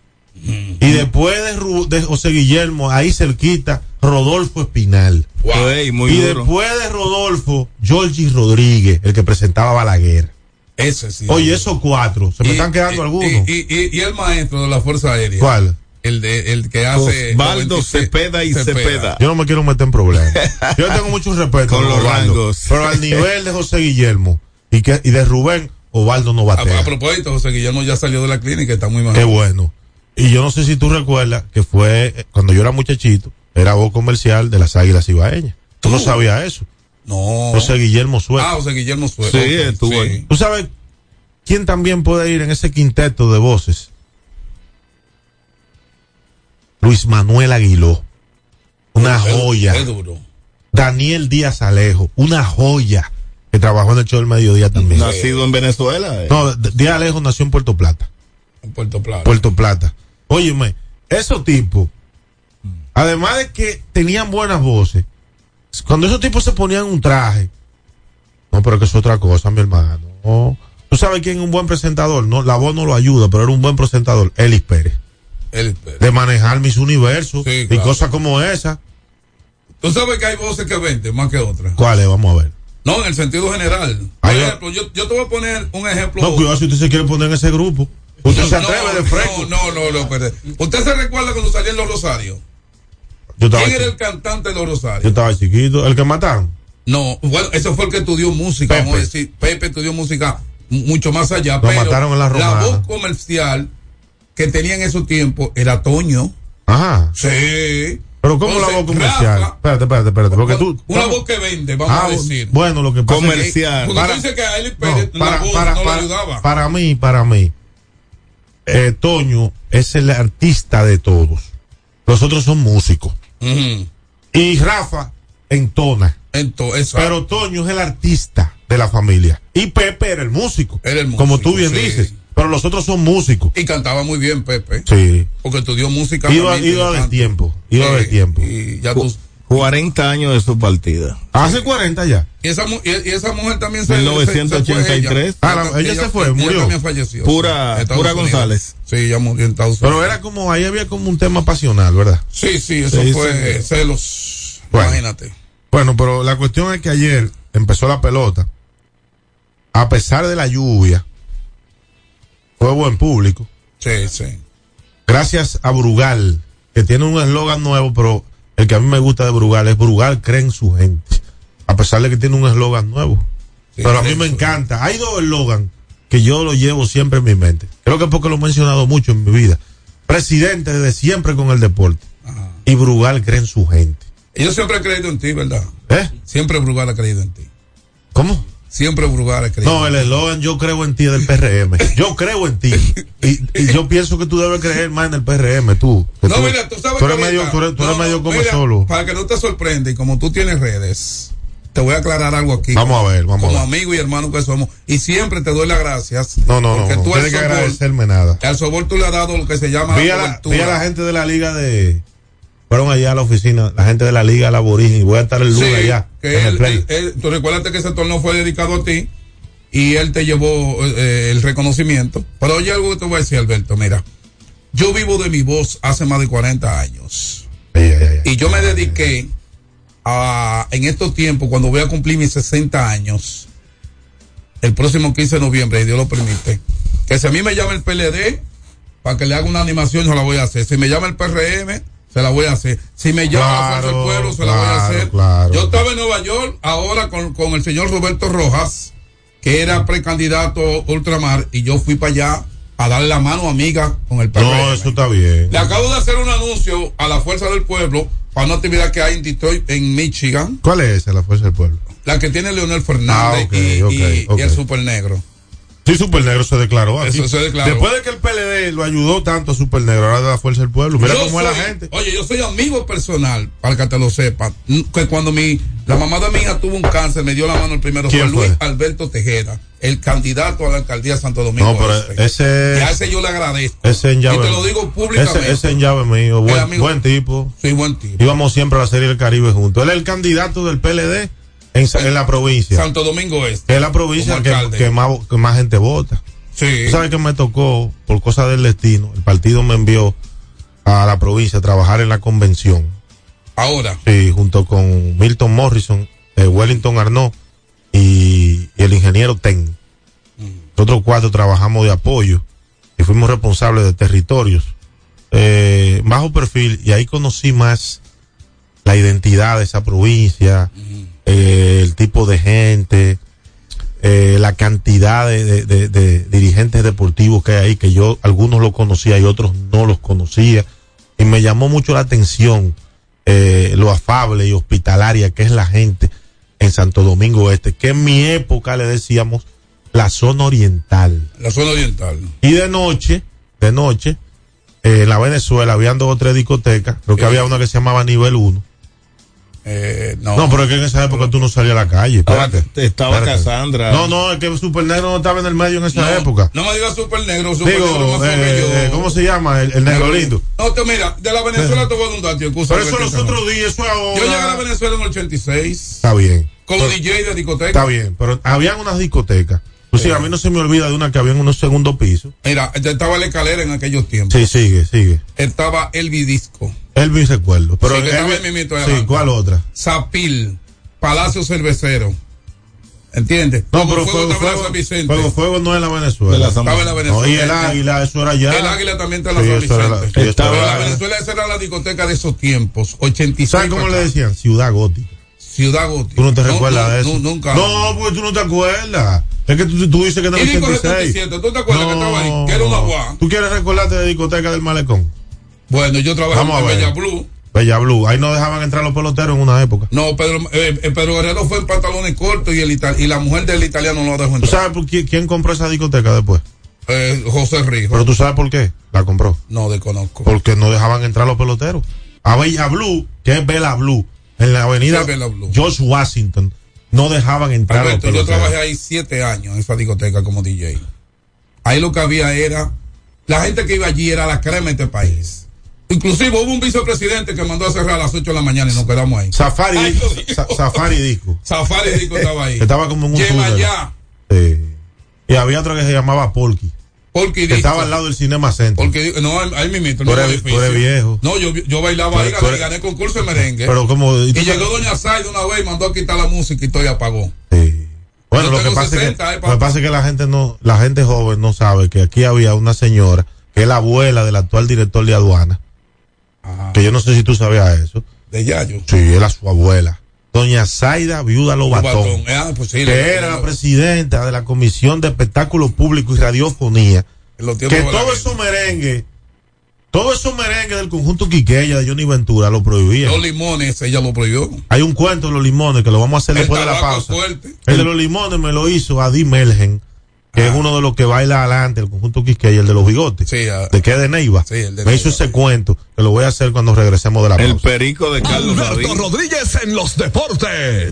Y después de, Ru- de José Guillermo, ahí cerquita, Rodolfo Espinal.
Ey, muy
y
duro.
después de Rodolfo, Georgie Rodríguez, el que presentaba a Balaguer.
Ese sí.
Oye, esos cuatro, se me
Y-
están quedando
y-
algunos.
Y, y- y- y el maestro de la Fuerza Aérea.
¿Cuál?
El, de, el que hace.
Osvaldo
96
Cepeda y Cepeda.
Yo no me quiero meter en problemas. Yo tengo mucho respeto
Con
a
los
Osvaldo,
rangos.
Pero al nivel de José Guillermo y, que, y de Rubén, Ovaldo no
A, a
batea.
propósito, José Guillermo ya salió de la clínica, está muy mal.
Qué bueno. Y yo no sé si tú recuerdas que fue eh, cuando yo era muchachito, era voz comercial de las Águilas Ibaeñas. Tú no sabías eso.
No. Oh.
José Guillermo Suárez.
Ah, José Guillermo Suárez.
Sí,
Ok,
estuvo
sí.
Tú sabes ¿Quién también puede ir en ese quinteto de voces? Luis Manuel Aguiló. Una
Qué-
joya.
qué duro.
Daniel Díaz Alejo. Una joya. Que trabajó en el show del mediodía también.
Nacido en Venezuela. eh.
No, D- Díaz Alejo nació en Puerto Plata.
En Puerto Plata.
Puerto Plata. Óyeme, esos tipos, además de que tenían buenas voces, cuando esos tipos se ponían un traje, no, pero que es otra cosa, mi hermano. No. Tú sabes quién es un buen presentador, no, la voz no lo ayuda, pero era un buen presentador, Elis Pérez.
Él-
De manejar mis universos y
claro.
cosas como esa.
Tú sabes que hay voces que venden más que otras.
¿Cuáles? Vamos a ver.
No, en el sentido general. Por ejemplo, yo, yo te voy a poner un ejemplo.
Ah, No, cuidado si usted se quiere poner en ese grupo. Usted se
No,
atreve de
no,
fresco.
No, no, no, espérate. ¿Usted se recuerda cuando salían los Rosarios?
Yo estaba,
¿Quién
chi-
era el cantante de los Rosarios?
yo estaba chiquito. ¿El que mataron?
No, bueno, ese fue el que estudió música. Vamos a decir, Pepe estudió música mu- mucho más allá.
Lo
pero
mataron en la Romana.
voz comercial que tenía en esos tiempos era Toño.
Ajá.
Sí.
Pero ¿cómo la
Entonces,
voz comercial?
Rafa,
espérate, espérate, espérate. Porque tú,
una voz que vende, vamos
Ah,
a decir.
Bueno, lo que pasa es que-
Porque
Para-
tú dices que a él Pérez
no,
la
para,
voz
para-
no
para-
le ayudaba.
para mí, para mí, eh, Toño es el artista de todos. Los otros son músicos.
Ujú.
Y Rafa entona.
Ento- exacto.
Pero Toño es el artista de la familia. Y Pepe era el músico. como tú bien
sí.
dices. Pero los otros son músicos.
Y cantaba muy bien Pepe.
Sí.
Porque estudió música.
Iba,
también,
iba del
cantante.
tiempo. Iba del tiempo.
Y ya tú-
40 años de su partida.
Hace 40 ya.
Y esa, mu- y y esa mujer también se
1983.
se fue ella. ella también falleció.
Pura,
sí, en
pura
Estados Unidos.
González.
Sí, ella murió en Estados
Pero era como, ahí había como un tema pasional, ¿verdad?
Sí, sí, eso
Sí,
fue
sí.
celos.
Bueno.
Imagínate.
Bueno, pero la cuestión es que ayer empezó la pelota. A pesar de la lluvia, fue buen público.
Sí, sí.
Gracias a Brugal, que tiene un eslogan nuevo, pero el que a mí me gusta de Brugal es Brugal cree en su gente. A pesar de que tiene un eslogan nuevo. pero a mí me encanta. Hay dos eslogans que yo lo llevo siempre en mi mente. Creo que es porque lo he mencionado mucho en mi vida. Presidente desde siempre con el deporte. Y Brugal cree en su gente.
Yo siempre he creído en ti, ¿verdad?
¿Eh?
Siempre Brugal ha creído en ti.
¿Cómo?
Siempre Brugal ha creído.
No, eh, el eslogan yo creo en ti del PRM. Yo creo en ti. Y, y yo pienso que tú debes creer más en el PRM, tú. Que
No,
tú,
mira, tú sabes
tú eres
que ahorita-
medio, tú eres, tú
No,
eres
no,
medio come
mira,
solo.
Para que no te sorprenda, y como tú tienes redes, te voy a aclarar algo aquí.
Vamos
como-
a ver, vamos
Como
a ver.
amigo y hermano que somos. Y siempre te doy las gracias.
No, no, no.
Porque
no
tú al
tienes que
sobor,
agradecerme nada.
al sobor tú le has dado lo que se llama
Vi a, la,
cobertura.
vi a la gente de la liga de. Fueron allá a la oficina, la gente de la liga la aborigen. Y voy a estar el lunes
Sí,
allá.
que
en el
él-
play.
él- él- tú recuérdate que ese torneo fue dedicado a ti y él te llevó eh, el reconocimiento. Pero oye algo que te voy a decir, Alberto, mira, yo vivo de mi voz hace más de 40 años. Y yo me dediqué a, en estos tiempos, cuando voy a cumplir mis 60 años, el próximo 15 de noviembre, si Dios lo permite, que si a mí me llama el PLD, para que le haga una animación, yo la voy a hacer. Si me llama el PRM, se la voy a hacer. Si me llama la Fuerza del Pueblo, se la voy a hacer. Yo estaba en Nueva York ahora con, con el señor Roberto Rojas, que era precandidato ultramar, y yo fui para allá a darle la mano amiga con el PRM.
no, eso está bien.
Le acabo de hacer un anuncio a la Fuerza del Pueblo para una actividad que hay en Detroit, en Michigan,
¿Cuál es esa, la fuerza del pueblo?
la que tiene Leonel Fernández
Ah, ok,
y,
ok,
y- y
ok.
el Super Negro.
Sí, Supernegro se declaró. aquí.
Eso se declaró.
Después de que el PLD lo ayudó tanto a Supernegro, ahora de la fuerza del pueblo. Mira
Yo
cómo es la
soy-
gente.
Oye, yo soy amigo personal, para que te lo sepas. N- Que cuando mi, la mamá de mi hija tuvo un cáncer, me dio la mano el primero.
¿Quién
Luis
fue?
Alberto Tejeda, el candidato a la alcaldía de Santo Domingo.
No, pero
Este.
ese-
Y a ese yo le agradezco.
Ese en llave.
Y te lo digo públicamente.
Ese, ese en llave mío. Buen,
amigo-
buen tipo.
Sí, buen tipo.
Íbamos siempre a la Serie del Caribe juntos. Él es el candidato del PLD en, sa- en la provincia.
Santo Domingo Este.
que es la provincia
Como
que,
alcalde.
que más, que más gente vota.
Sí.
Tú sabes que me tocó, por cosas del destino, el partido me envió a la provincia a trabajar en la convención.
Ahora.
Sí, junto con Milton Morrison, eh, Wellington Arnaud y, y el ingeniero Ten. Nosotros cuatro trabajamos de apoyo y fuimos responsables de territorios. eh, bajo perfil, y ahí conocí más la identidad de esa provincia, eh, el tipo de gente, eh, la cantidad de, de- de- de dirigentes deportivos que hay ahí, que yo algunos los conocía y otros no los conocía. Y me llamó mucho la atención eh, lo afable y hospitalaria que es la gente en Santo Domingo Este, que en mi época le decíamos la zona oriental.
La zona oriental.
Y de noche, de noche, eh, en la Venezuela habían dos o tres discotecas. Creo que había una que se llamaba Nivel 1.
Eh,
no. pero es que en esa época tú no salías a la calle. Espérate,
Estaba
espérate.
Cassandra.
No, no, es que Super Negro no estaba en el medio en esa época.
No me digas super negro, super negro
Digo,
más
eh,
sobre yo.
eh, ¿cómo se llama? El, el negro lindo. Eh.
No, te, mira, de la Venezuela te voy a dar un dato. excusa,
Pero eso
que
los
te-
otros días, eso ahora.
Yo llegué a la Venezuela en el 86
Está bien.
como DJ de discoteca.
Está bien, pero habían unas discotecas. Pues sí, a mí no se me olvida de una que había en unos segundos pisos.
Mira, este, estaba la escalera en aquellos tiempos.
Sí, sigue, sigue.
Estaba el Vidisco.
Elvis recuerdo. Pero
Sí, que estaba
Elvis-
el mimito
sí,
adelante.
¿cuál otra?
Zapil, Palacio Cervecero. ¿Entiendes?
No, pero Fuego
estaba en
Fuego-
San Vicente.
Fuego, fuego no es la Venezuela.
De la San Estaba en la Venezuela.
No, y el águila, eso era ya.
El Águila también está en la
Sí,
San
eso era la-
Vicente.
sí, eso
Pero
era
la
la-
Venezuela esa era la discoteca de esos tiempos. 86.
¿Sabes cómo
para
le
acá.
decían? Ciudad gótica.
Ciudad gótica.
¿Tú no te
No,
recuerdas
no,
de eso?
no, nunca.
No, porque tú no te acuerdas. Es que tú, tú dices que en el
Y Nico
86.
77, ¿tú te acuerdas que estaba ahí? Que era una guá.
¿Tú quieres recordarte de discoteca del Malecón?
Bueno, yo
Vamos
trabajaba
a
en
ver.
Bella Blue.
Bella Blue. Ahí no dejaban entrar los peloteros en una época.
No, Pedro, eh, eh, Pedro Guerrero fue en pantalones cortos y, el itali- y la mujer del italiano no lo dejó
¿Tú
entrar.
sabes por quién, quién compró esa discoteca después?
Eh, José Rijo.
Pero tú sabes por qué la compró.
No, desconozco.
Porque no dejaban entrar los peloteros. A Bella Blue, que es Bella Blue, en la avenida
Sí, Bella Blue.
George Washington, no dejaban entrar
Alberto,
los
yo
peloteros.
trabajé ahí siete años en esa discoteca como DJ. Ahí lo que había era, la gente que iba allí era la crema de este país. Inclusive hubo un vicepresidente que mandó a cerrar a las 8 de la mañana y nos quedamos ahí.
Safari,
Ay,
Disco,
lo digo.
Sa- Safari Disco.
Safari Rico estaba ahí.
eh, Estaba como en un
Lleva
túnel.
allá,
Sí. Y había otro que se llamaba Polky.
porque
Que
dijo-
estaba al lado del Cinema Center.
porque dijo- no, ahí me
Tú eres- tú eres viejo.
No, yo, yo bailaba ahí,
Pero tú
gané,
eres-
gané concurso de merengue.
Pero como.
y llegó Doña Sai de una vez y mandó a quitar la música y todo y apagó.
Bueno,
Yo
lo que,
tengo
pasa
60,
es
eh,
que, lo que pasa es que la gente no, la gente joven no sabe que aquí había una señora que es la abuela del actual director de aduana.
Ah.
Que yo no sé si tú sabías eso.
De Yayo.
Sí, era su abuela. Doña Zaida Viuda Lobatón.
Batón. Eh, ah, pues sí,
que
la-
era la presidenta de la Comisión de Espectáculos Públicos y Radiofonía.
en los tiempos
Que
de la-
todo esos merengue, todo esos merengue del conjunto Quiqueya de Johnny Ventura lo prohibía.
Los limones, ella lo prohibió.
Hay un cuento de los limones que lo vamos a hacer
El
después de la
tabaco
pausa.
fuerte.
El de los limones me lo hizo Adi Melgen, que es uno de los que baila adelante, el conjunto Quisqueya, el de los bigotes.
Ah. Sí, ah.
de que es de Neiva.
Sí, el de
me hizo ese cuento, que lo voy a hacer cuando regresemos de la pausa.
El perico de Carlos David.
Rodríguez en los deportes.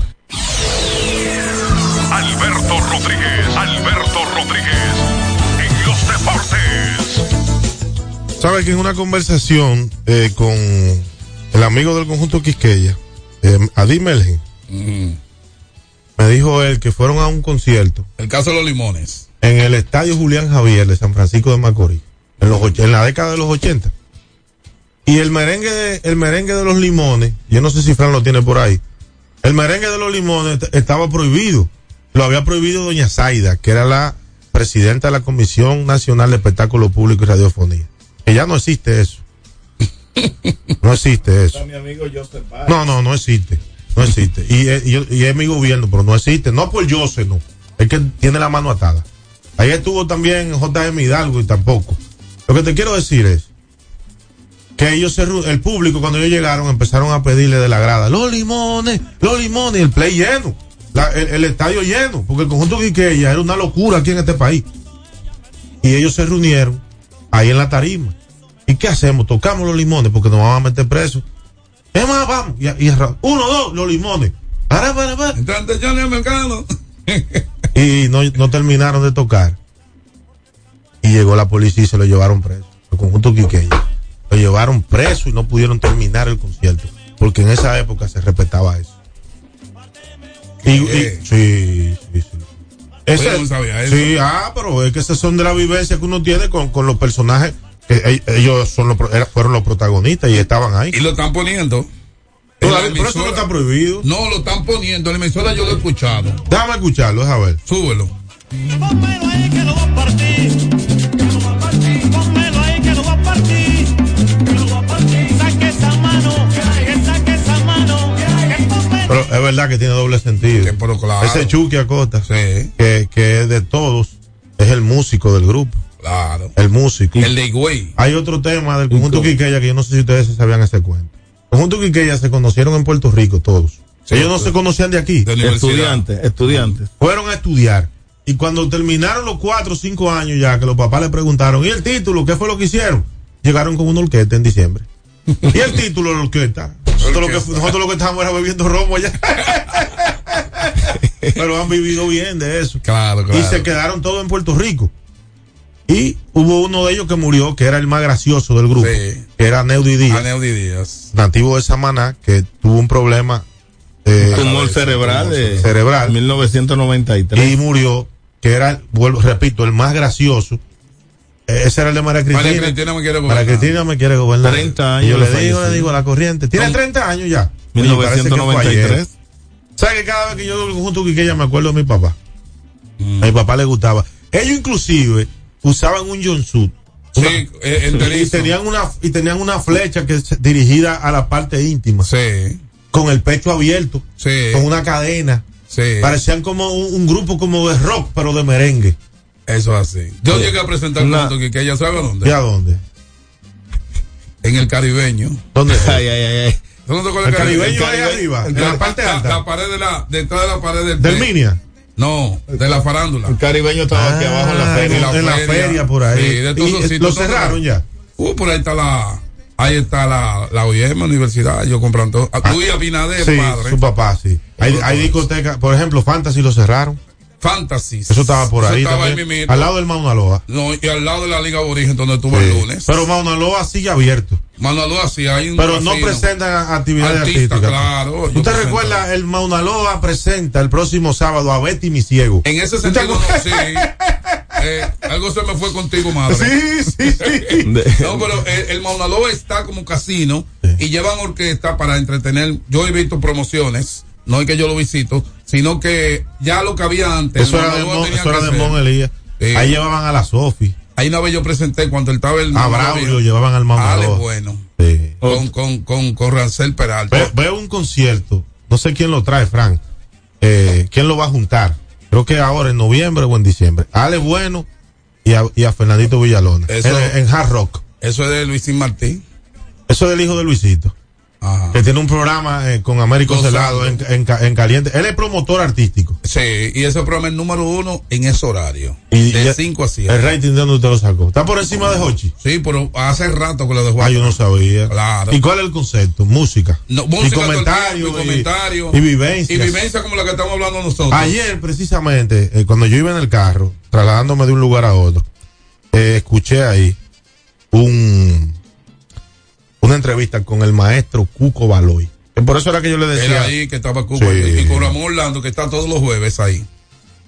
Alberto Rodríguez, Alberto Rodríguez, en los deportes.
Sabe que en una conversación eh, con el amigo del conjunto Quisqueya, eh, Adi Melgen, me dijo él que fueron a un concierto
El caso de los limones.
en el estadio Julián Javier de San Francisco de Macorís, en, los, och- en la década de los 80. Y el merengue, de- el merengue de los limones, yo no sé si Fran lo tiene por ahí, el merengue de los limones est- estaba prohibido. Lo había prohibido doña Zaida, que era la presidenta de la Comisión Nacional de Espectáculo Público y Radiofonía. Que ya no existe eso. No existe eso.
mi amigo Joseph
No, no, no existe. No existe. Y, es- y yo- y es mi gobierno, pero no existe. No por yo, no. Es que tiene la mano atada. Ahí estuvo también J.M. Hidalgo y tampoco. Lo que te quiero decir es que ellos, se reu- el público, cuando ellos llegaron, empezaron a pedirle de la grada: los limones, los limones, y el play lleno. la- el, el estadio lleno. Porque el conjunto Quiqueya era una locura aquí en este país. Y ellos se reunieron ahí en la tarima. ¿Y qué hacemos? Tocamos los limones porque nos van a meter presos. Es más, vamos. Y, y arran- uno, dos, los limones. Ahora, para, para.
Entonces, yo no mercado.
Y no, no terminaron de tocar. Y llegó la policía y se lo llevaron preso. El conjunto Quiqueya. Lo llevaron preso y no pudieron terminar el concierto. Porque en esa época se respetaba eso. Y, y- sí, sí, sí. Ese-
Oye, no sabía eso.
Sí, ah, pero es que esas son de la vivencia que uno tiene con, con los personajes. Que e- ellos son los pro- era- fueron los protagonistas y estaban ahí.
Y lo están poniendo. por eso no está
prohibido.
No, lo están poniendo. En la emisora yo lo he escuchado.
Déjame escucharlo, a ver.
Súbelo.
Pónmelo ahí que lo va a partir, que lo va a partir. Saque esa mano, que saque esa mano, que pónmelo.
Pero es verdad que tiene doble sentido. Ese Chucky Acosta, que, que es de todos, es el músico del grupo.
Claro.
El músico.
El de Higüey.
Hay otro tema del conjunto Quiqueya que yo no sé si ustedes se sabían ese cuento. El conjunto Quiqueya se conocieron en Puerto Rico todos. Ellos no se conocían pues, de aquí. Eh,
Estudiantes, estudiantes.
Fueron a estudiar. Y cuando terminaron los cuatro o cinco años ya, que los papás le preguntaron, ¿y el título? ¿Qué fue lo que hicieron? Llegaron con una orquesta en diciembre. ¿Y el título de la orquesta? Nosotros lo que, nosotros lo que estábamos era bebiendo romo allá. Pero han vivido bien de eso.
Claro,
Y se quedaron todos en Puerto Rico. Y hubo uno de ellos que murió, que era el más gracioso del grupo, que era Neudi Díaz,
A Neudi Díaz.
nativo de Samaná, que tuvo un problema eh,
Tumor cerebral de
cerebral
1993.
y murió, que era, vuelvo, repito, el más gracioso. Eh, Ese era el de María Cristina.
María Cristina me quiere
María
gobernar.
Cristina me quiere gobernar.
30
Y
años
yo
de
le digo,
fallecido.
le digo a la corriente. Tiene 30 años ya. Oye, parece que fue ayer.
1993.
¿Sabes que cada vez que yo doy junto que ella me acuerdo de mi papá?
Mm.
A mi papá le gustaba. Ellos inclusive usaban un jumpsuit.
Sí,
Una-
eh, enterizo.
y tenían una y tenían una flecha que es dirigida a la parte íntima. Con el pecho abierto. Con una cadena. Parecían como un, un grupo como de rock, pero de merengue.
Eso así. Yo llegué a presentar un
Una-
conjunto que ella sabe dónde.
¿Y a dónde?
En el caribeño.
¿Dónde?
ay, ay, ay.
¿Tú no te acuerdas
El
del
caribeño
El
ahí arriba, en
el cari-
la parte
la-
alta.
La pared de la, detrás de la pared del.
¿Del Minia?
No, de la farándula.
El caribeño estaba
Ah,
aquí abajo en la feria.
de
En la feria por ahí.
Sí, de todos
Y,
esos
eh,
sitios.
lo
Todos
cerraron
los-
ya.
Uh, por ahí está la. Ahí está la, la OIM, universidad. Yo compran todo. Ah, tú y Abinader,
Sí,
padre.
su papá, sí. Hay, hay discotecas, por ejemplo, Fantasy lo cerraron.
Fantasy.
Eso estaba por
Eso
ahí.
estaba
también,
ahí mismito.
al lado del Mauna Loa.
No, y al lado de la Liga Aborigen donde estuve el lunes.
Pero Mauna Loa sigue abierto.
Mauna Loa sí hay un
Pero no
casino.
presentan actividades
Artista,
artísticas.
claro. Yo
¿Usted
presento.
recuerda? El Mauna Loa presenta el próximo sábado a Betty Mi Ciego.
En ese
¿Usted
sentido,
acuerda?
no, sí. Eh, algo se me fue contigo, madre.
Sí, sí, sí.
No, pero el, el Mauna Loa está como casino y llevan orquesta para entretener. Yo he visto promociones, no es que yo lo visito, sino que ya lo que había antes.
Eso
el
era
Mauna
de
Loa
Mon,
tenía
eso
que
era de
hacer.
Mon Elías.
Sí.
Ahí llevaban a la Sofi.
Ahí una vez yo presenté cuando él estaba el
A
Mauna Loa.
Ah, Braulio llevaban al Mauna
Ale,
Loa.
Ah, bueno. Con, con, con, con Rancel Peralta.
Ve- Veo un concierto. No sé quién lo trae, Frank. Eh, ¿Quién lo va a juntar? Creo que ahora en noviembre o en diciembre. A Ale Bueno y a, y a Fernandito Villalona.
Eso-
en, en Hard Rock.
Eso es de Luisín Martín.
Eso es del hijo de Luisito. Que tiene un programa eh, con Américo
Con
Celado en, en ca- en Caliente. Él es promotor artístico.
Sí, y ese programa es el número uno en ese horario.
Y
de
ya-
5 a 7.
El rating de donde usted lo sacó. Está por encima de Hochi.
Sí, pero hace rato que lo dejó.
Ah, yo no sabía.
Claro.
¿Y cuál es el concepto? Música.
No, música
y comentarios.
todo el tiempo, y comentarios.
y vivencias.
Y vivencias como la que estamos hablando nosotros.
Ayer, precisamente, eh, cuando yo iba en el carro, trasladándome de un lugar a otro, eh, escuché ahí un una entrevista con el maestro Cuco Baloy. Que Por eso era que yo le
Era
decía.
ahí que estaba Cuba y con Ramón Orlando, que está todos los jueves ahí.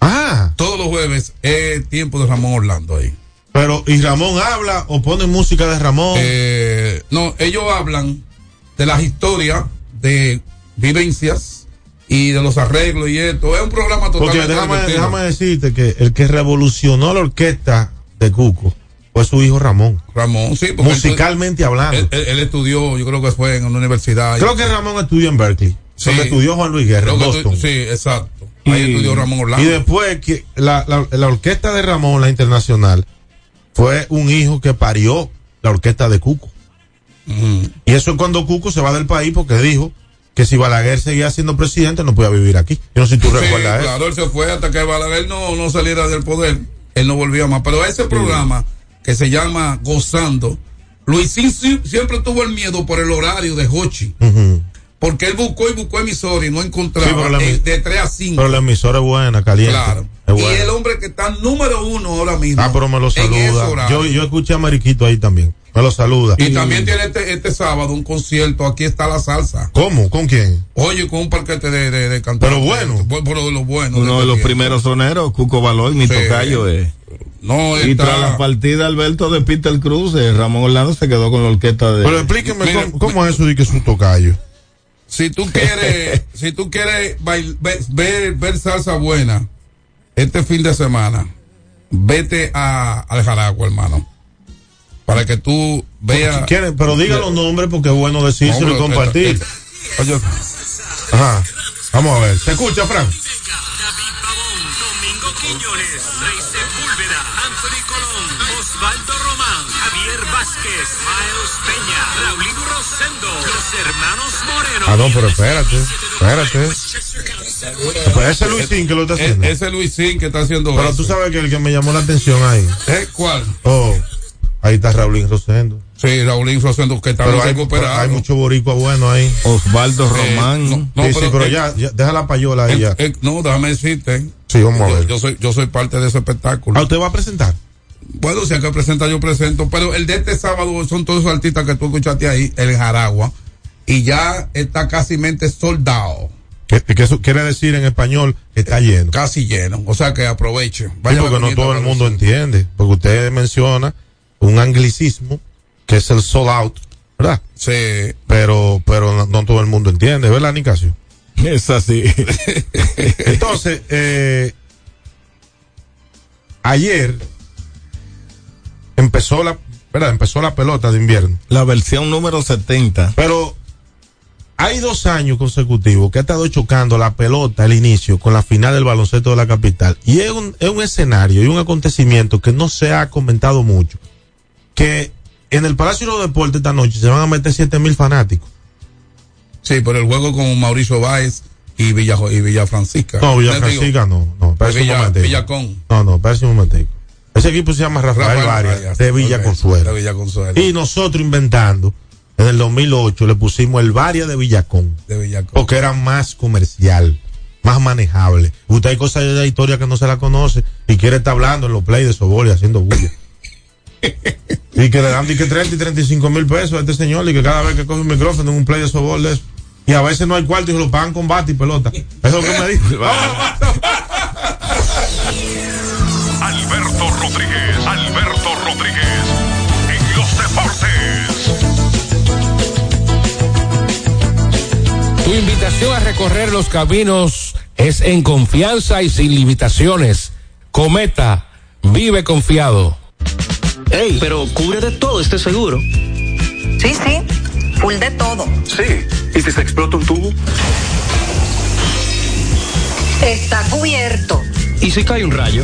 Ah.
Todos los jueves es tiempo de Ramón Orlando ahí.
Pero, ¿y Ramón habla o pone música de Ramón?
Eh, no, ellos hablan de las historias, de vivencias y de los arreglos y esto. Es un programa
Porque
totalmente.
déjame,
divertido.
déjame decirte que el que revolucionó la orquesta de Cuco fue su hijo Ramón.
Ramón, sí, porque
Musicalmente hablando.
Él, él- él estudió, yo creo que fue en una universidad.
Creo que Ramón estudió en Berkeley.
Sí.
Donde estudió Juan Luis Guerra.
Creo
en
que
Boston.
estu- sí, exacto. Ahí estudió Ramón Orlando.
Y después que la, la- la orquesta de Ramón, la internacional, fue un hijo que parió la orquesta de Cuco.
Mm.
Y eso es cuando Cuco se va del país porque dijo que si Balaguer seguía siendo presidente no podía vivir aquí. Yo no sé si tú
Sí,
recuerdas eh? eso.
claro, él se fue hasta que Balaguer no, no saliera del poder. Él no volvía más. Pero ese programa que se llama Gozando, Luisín si- siempre tuvo el miedo por el horario de Hochi. Porque él buscó y buscó emisor y no encontraba
Sí, pero la
eh,
emi-
de 3 a 5.
Pero la emisora es buena, caliente.
Claro.
Es
Y
buena.
el hombre que está número uno ahora mismo.
Ah, pero me lo
en ese
saluda.
horario.
Yo, yo escuché a Mariquito ahí también. Me lo saluda.
Y también tiene este, este sábado un concierto. Aquí está la salsa.
¿Cómo? ¿Con quién?
Oye, con un parquete de, de, de cantantes.
Pero bueno.
Bu- Pero de este los buenos.
Uno de los
cualquier.
primeros soneros, Cuco Baloy, mi
Sí.
tocayo. eh.
No,
y
está-
tras la partida Alberto de Peter Cruz, eh, Ramón Orlando se quedó con la orquesta de.
Pero explíqueme
Mira,
cómo, cómo es eso de que es un tocayo.
Si tú quieres, si tú quieres bail- ver, ver, ver salsa buena este fin de semana, vete a, al Jaragua, hermano. Para que tú veas.
¿Quién es? Pero diga los nombres porque es bueno decírselo
No,
y
pero-
compartir.
Oye,
Ajá. Vamos a ver. ¿Se escucha, Fran?
Domingo Quiñones, Rey Sepúlveda, Anthony Colón, Osvaldo Román, Javier Vázquez, Miles Peña, Raulín Rosendo, los hermanos Moreno.
Ah, no, pero espérate. Espérate. Pero ese es Luisín que lo está haciendo.
e- ese Luisín que está haciendo.
Pero
eso.
tú sabes que el que me llamó la atención ahí.
¿Eh? ¿Cuál?
Oh, ahí está Raulín Rosendo.
Sí, Raulín Rosendo, que está
Pero hay,
recuperado.
hay mucho boricua bueno ahí.
Osvaldo Román.
no, no,
sí, sí, Eh, pero
eh,
ya, ya, deja la payola ahí ya.
eh, eh, no, déjame decirte.
Sí, vamos a
yo,
ver.
yo soy, yo soy parte de ese espectáculo.
¿Ah, usted va a presentar?
Bueno, si hay que presentar, yo presento. Pero el de este sábado son todos esos artistas que tú escuchaste ahí, el Jaragua. Y ya está casi mente soldado,
Que, que eso quiere decir en español que está lleno.
casi lleno. O sea que aproveche.
Sí, porque no
bonito,
todo el
pero-
mundo entiende. Porque usted menciona un anglicismo que es el sold out, ¿verdad?
Sí.
Pero, pero no, no todo el mundo entiende, ¿verdad, Nicasio?
Es así.
Entonces, eh, ayer empezó la, ¿verdad? Empezó la pelota de invierno.
La versión número 70.
Pero hay dos años consecutivos que ha estado chocando la pelota al inicio con la final del baloncesto de la capital. Y es un, es un escenario y un acontecimiento que no se ha comentado mucho. Que en el Palacio de los Deportes esta noche se van a meter 7 mil fanáticos.
Sí, pero el juego con Mauricio Báez y Villa, y Villa Francisca.
No, Villa
Te digo,
Francisca no, no, espérese un
Villa-
momentico.
Villacón.
No, no, espérese un momentico. Ese equipo se llama Rafael,
Rafael
Varias,
Varias,
de Villa
ok,
Consuelo.
de Villa Consuelo.
Y nosotros inventando, en el 2008 le pusimos el Varia de Villacón,
de Villacón.
porque era más comercial. más manejable. Usted hay cosas de la historia que no se la conoce y quiere estar hablando en los play de Sobol y haciendo bulla. y que le dan de que 30 y 35 mil pesos a este señor y que cada vez que coge un micrófono en un play de Sobol de eso. Y a veces no hay cuarto y se lo pagan con bate y pelota. Eso es lo que me dijo.
Alberto Rodríguez, Alberto Rodríguez, en los deportes.
Tu invitación a recorrer los caminos es en confianza y sin limitaciones. Cometa, vive confiado.
Ey, pero cubre de todo este seguro.
Sí, sí, full de todo.
Sí. ¿Y si se explota un tubo?
Está cubierto.
¿Y si cae un rayo?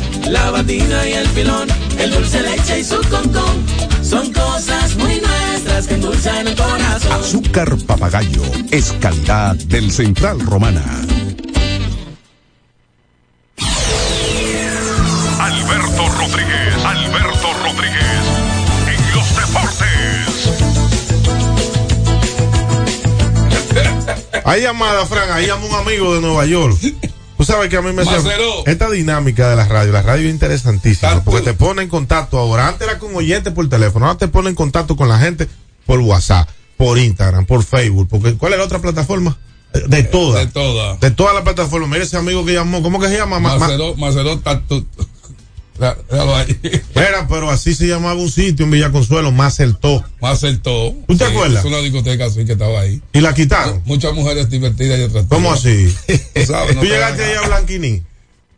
la batina y el filón, el dulce leche y su concón. Son cosas muy nuestras que endulzan el corazón.
Azúcar papagayo es calidad del Central Romana.
Alberto Rodríguez, Alberto Rodríguez, en los deportes.
Hay llamada, Fran, ahí llama un amigo de Nueva York. Tú sabes que a mí me hace-
Marcelo.
Esta dinámica de la radio, la radio es interesantísima. Porque te pone en contacto ahora. Antes era con oyentes por teléfono, ahora te pone en contacto con la gente por WhatsApp, por Instagram, por Facebook. Porque ¿cuál es la otra plataforma? Eh, De todas.
De todas.
De todas las plataformas. Mira ese amigo que llamó. ¿Cómo que se llama? Ma- ma-
Macedó, Macedó, Tatu- Ra- Ra- ahí.
Era, pero así se llamaba un sitio en Villaconsuelo, más el to.
Macertó.
¿Tú te
Sí,
acuerdas?
Es una discoteca así que estaba ahí.
Y la quitaron.
Muchas mujeres divertidas y otras.
¿Cómo así?
Tú sabes, no
Tú
te
llegaste ahí
hagas-
a Blanquini.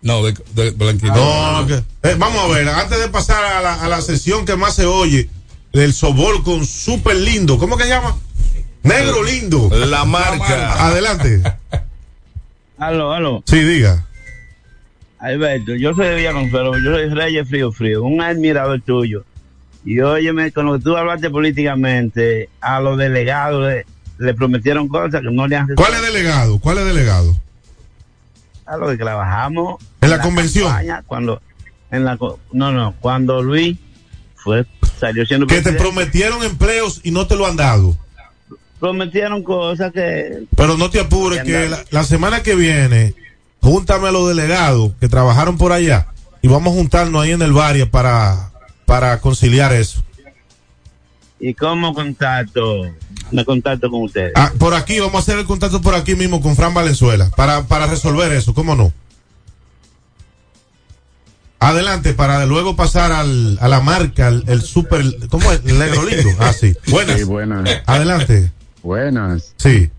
No, de, de Blanquito.
No, que- eh, vamos a ver, antes de pasar a la, a la sesión que más se oye, del sobol con super lindo, ¿cómo que se llama? Negro lindo.
La marca.
Adelante.
Aló, aló.
Sí, diga.
Alberto, yo soy de Villaconsuelo, yo soy Reyes Frío Frío, un admirador tuyo. Y óyeme, con lo que tú hablaste políticamente, a los delegados le, le prometieron cosas que no le han
¿Cuál es delegado? ¿Cuál es delegado?
A lo que trabajamos.
En la convención.
campaña, cuando, en la, co- no, no, cuando Luis fue, salió siendo
Que te
presidente,
prometieron empleos y no te lo han dado.
prometieron cosas que...
Pero no te apures, que la, la semana que viene, júntame a los delegados que trabajaron por allá y vamos a juntarnos ahí en el barrio para, para conciliar eso.
¿Y cómo contacto? Me contacto con ustedes.
Ah, por aquí, vamos a hacer el contacto por aquí mismo con Fran Valenzuela para, para resolver eso, ¿cómo no? Adelante, para luego pasar al, a la marca, el, el super. ¿Cómo es? El negro lindo. Ah, sí. Buenas.
Sí, buenas.
Adelante.
Buenas.
Sí.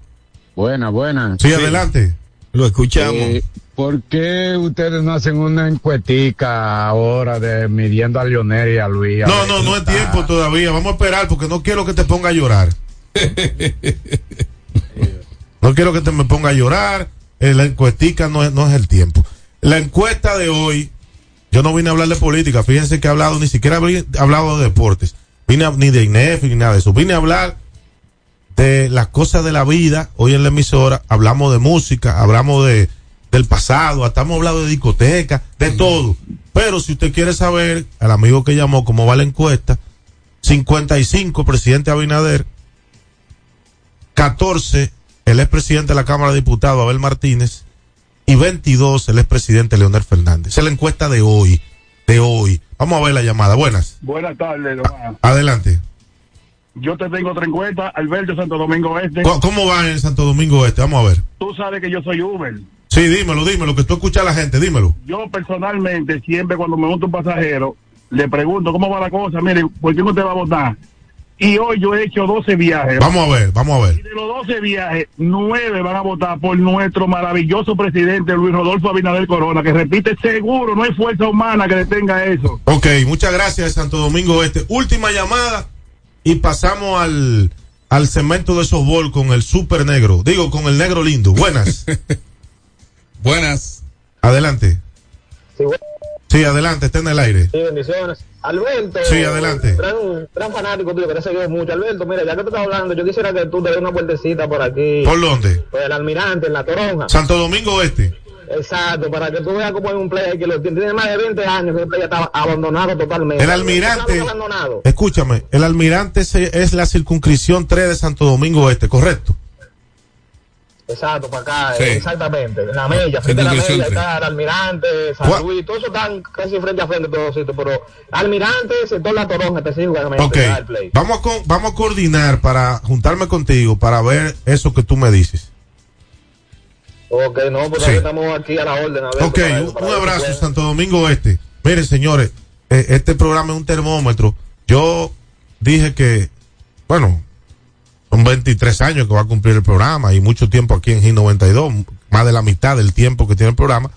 Buenas, buenas.
Sí, adelante. Lo escuchamos.
Eh, ¿Por qué ustedes no hacen una encuetica ahora de midiendo a Lionel y a Luis? A
No,
ver
no,
cómo
no es
está?
tiempo todavía. Vamos a esperar porque no quiero que te ponga a llorar. No quiero que te me ponga a llorar. Eh, la encuestica no es, no es el tiempo. La encuesta de hoy Yo no vine a hablar de política. Fíjense que he hablado, ni siquiera he hablado de deportes. Vine a, ni de INEF ni nada de eso. Vine a hablar de las cosas de la vida. Hoy en la emisora hablamos de música, hablamos de del pasado, hasta hemos hablado de discoteca, de todo. Pero si usted quiere saber, al amigo que llamó, cómo va la encuesta, 55 presidente Abinader, 14 el expresidente de la Cámara de Diputados, Abel Martínez, y 22 el expresidente Leonel Fernández. Esa es la encuesta de hoy, de hoy. Vamos a ver la llamada. Buenas.
Buenas tardes,
Adelante.
Yo te tengo otra encuesta, Alberto Santo Domingo Este.
¿Cómo, cómo va en Santo Domingo Este? Vamos a ver.
Tú sabes que yo soy Uber.
Sí, dímelo, dímelo, que tú escuchas a la gente, dímelo.
Yo personalmente, siempre cuando me monto un pasajero, le pregunto cómo va la cosa, mire, ¿por qué no te va a votar? Y hoy yo he hecho 12 viajes.
Vamos a ver, vamos a ver.
Y de los 12 viajes, 9 van a votar por nuestro maravilloso presidente Luis Rodolfo Abinader Corona, que repite seguro, no hay fuerza humana que detenga eso.
Ok, muchas gracias, Santo Domingo Este. Última llamada y pasamos al, al segmento de softball con el super negro. Digo, con el negro lindo. Buenas.
Buenas.
Adelante.
Sí, bu-
Sí, adelante, está en el aire.
sí, bendiciones. Alberto.
Sí, adelante.
Gran, gran fanático tuyo, que te seguido mucho. Alberto, mira, ya que te estás hablando, yo quisiera que tú te des una vueltecita por aquí.
¿Por dónde?
Por el almirante, en la toronja.
Santo Domingo Este.
Eh, Exacto, para que tú veas cómo hay un play que lo tiene, tiene más de 20 años, que el play está abandonado totalmente.
El almirante.
Abandonado.
Escúchame, el almirante se- es la circunscripción 3 de Santo Domingo Este, ¿correcto?
Exacto, para acá,
Sí.
exactamente. En la mella, frente a la mella, está el almirante, San Luis, todos esos están casi frente a frente, todos sitios, pero almirante, sector La Toronja, específicamente,
Ok,
ya, el play.
vamos a, co- vamos a coordinar para juntarme contigo para ver eso que tú me dices.
Ok, no, pues
Sí.
ahí estamos aquí a la orden. Alberto,
Ok,
para-
un,
para-
un abrazo, Santo Domingo Este. Miren, señores, eh, este programa es un termómetro. Yo dije que, bueno, son 23 años que va a cumplir el programa y mucho tiempo aquí en G92, más de la mitad del tiempo que tiene el programa.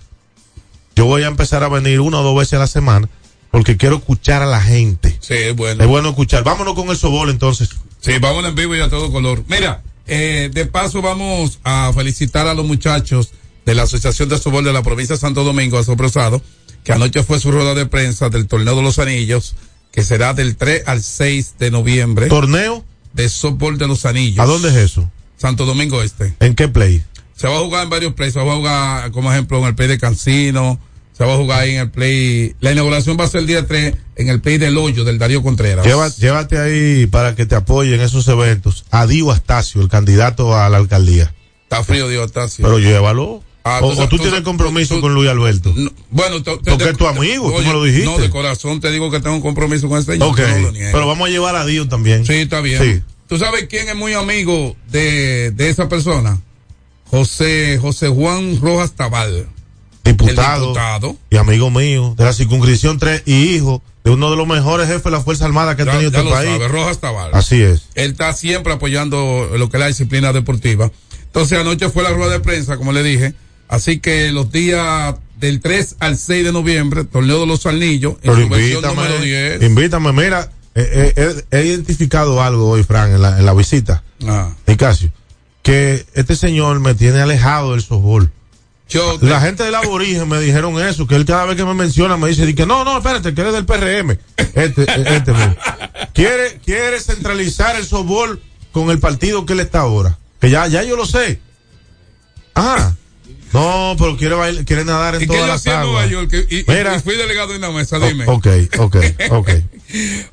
Yo voy a empezar a venir una o dos veces a la semana porque quiero escuchar a la gente.
Sí, es bueno.
Es bueno escuchar. Vámonos con el sobol entonces.
Sí, vamos en vivo y a todo color. Mira, eh, de paso vamos a felicitar a los muchachos de la Asociación de Sobol de la provincia de Santo Domingo, Asoprosado, que anoche fue su rueda de prensa del Torneo de los Anillos, que será del 3 al 6 de noviembre.
¿Torneo?
De Sobol de los Anillos.
¿A dónde es eso?
Santo Domingo Este.
¿En qué play?
Se va a jugar en varios plays. Se va a jugar, como ejemplo, en el play de Cancino. Se va a jugar ahí en el play. La inauguración va a ser el día 3 en el play del hoyo del Darío Contreras.
Lleva- llévate ahí para que te apoyen en esos eventos. A Dio Astacio, el candidato a la alcaldía.
Está frío, Dios, está así.
Pero llévalo.
Ah,
o,
entonces-
o tú tienes compromiso con Luis Alberto.
Bueno, te- te-
Porque
te-
es tu amigo,
oye,
tú me lo dijiste.
No, de corazón te digo que tengo un compromiso con este señor.
ok,
yo no lo niego.
pero vamos a llevar a Dio también.
Sí, está bien.
Sí.
¿Tú sabes quién es muy amigo de, de esa persona? José, José Juan Rojas Tabal.
Diputado.
El diputado.
Y amigo mío, de la circunscripción 3 y hijo de uno de los mejores jefes de la Fuerza Armada que ha
Ya,
tenido
ya
este
lo
país.
sabe, Rojas Tabal.
Así es.
Él está siempre apoyando lo que es la disciplina deportiva. Entonces anoche fue la rueda de prensa, como le dije. Así que los días del 3 al 6 de noviembre, Torneo de los Anillos, en
Pero
su versión número
invítame,
10.
invítame. Mira, eh, eh, he, he identificado algo hoy, Fran, en la, en la visita.
Ah.
Nicasio, que este señor me tiene alejado del softball.
Yo
la gente del aborigen me dijeron eso, que él cada vez que me menciona me dice, di que no, no, espérate, que eres del PRM. Este, eh, este, mira. quiere, quiere centralizar el softball con el partido que él está ahora. Que ya, ya yo lo sé. Ah, no, pero quiere, bailar- quiere nadar en
¿Y qué
todas
yo
las
hacía en Nueva
aguas.
York? Y, y-
Mira.
y fui delegado de una mesa, dime.
Ok, ok, ok.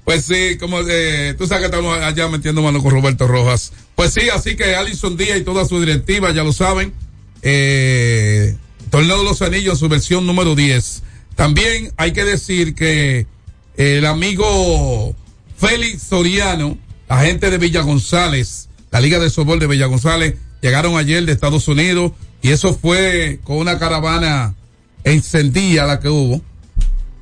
Pues sí, como eh, tú sabes que estamos allá metiendo mano con Roberto Rojas. Pues sí, así que Alison Díaz y toda su directiva, ya lo saben. Eh, Torneo de los Anillos, su versión número 10. También hay que decir que el amigo Félix Soriano, la gente de Villa González, la Liga de Sobol de Villa González, llegaron ayer de Estados Unidos y eso fue con una caravana encendida la que hubo.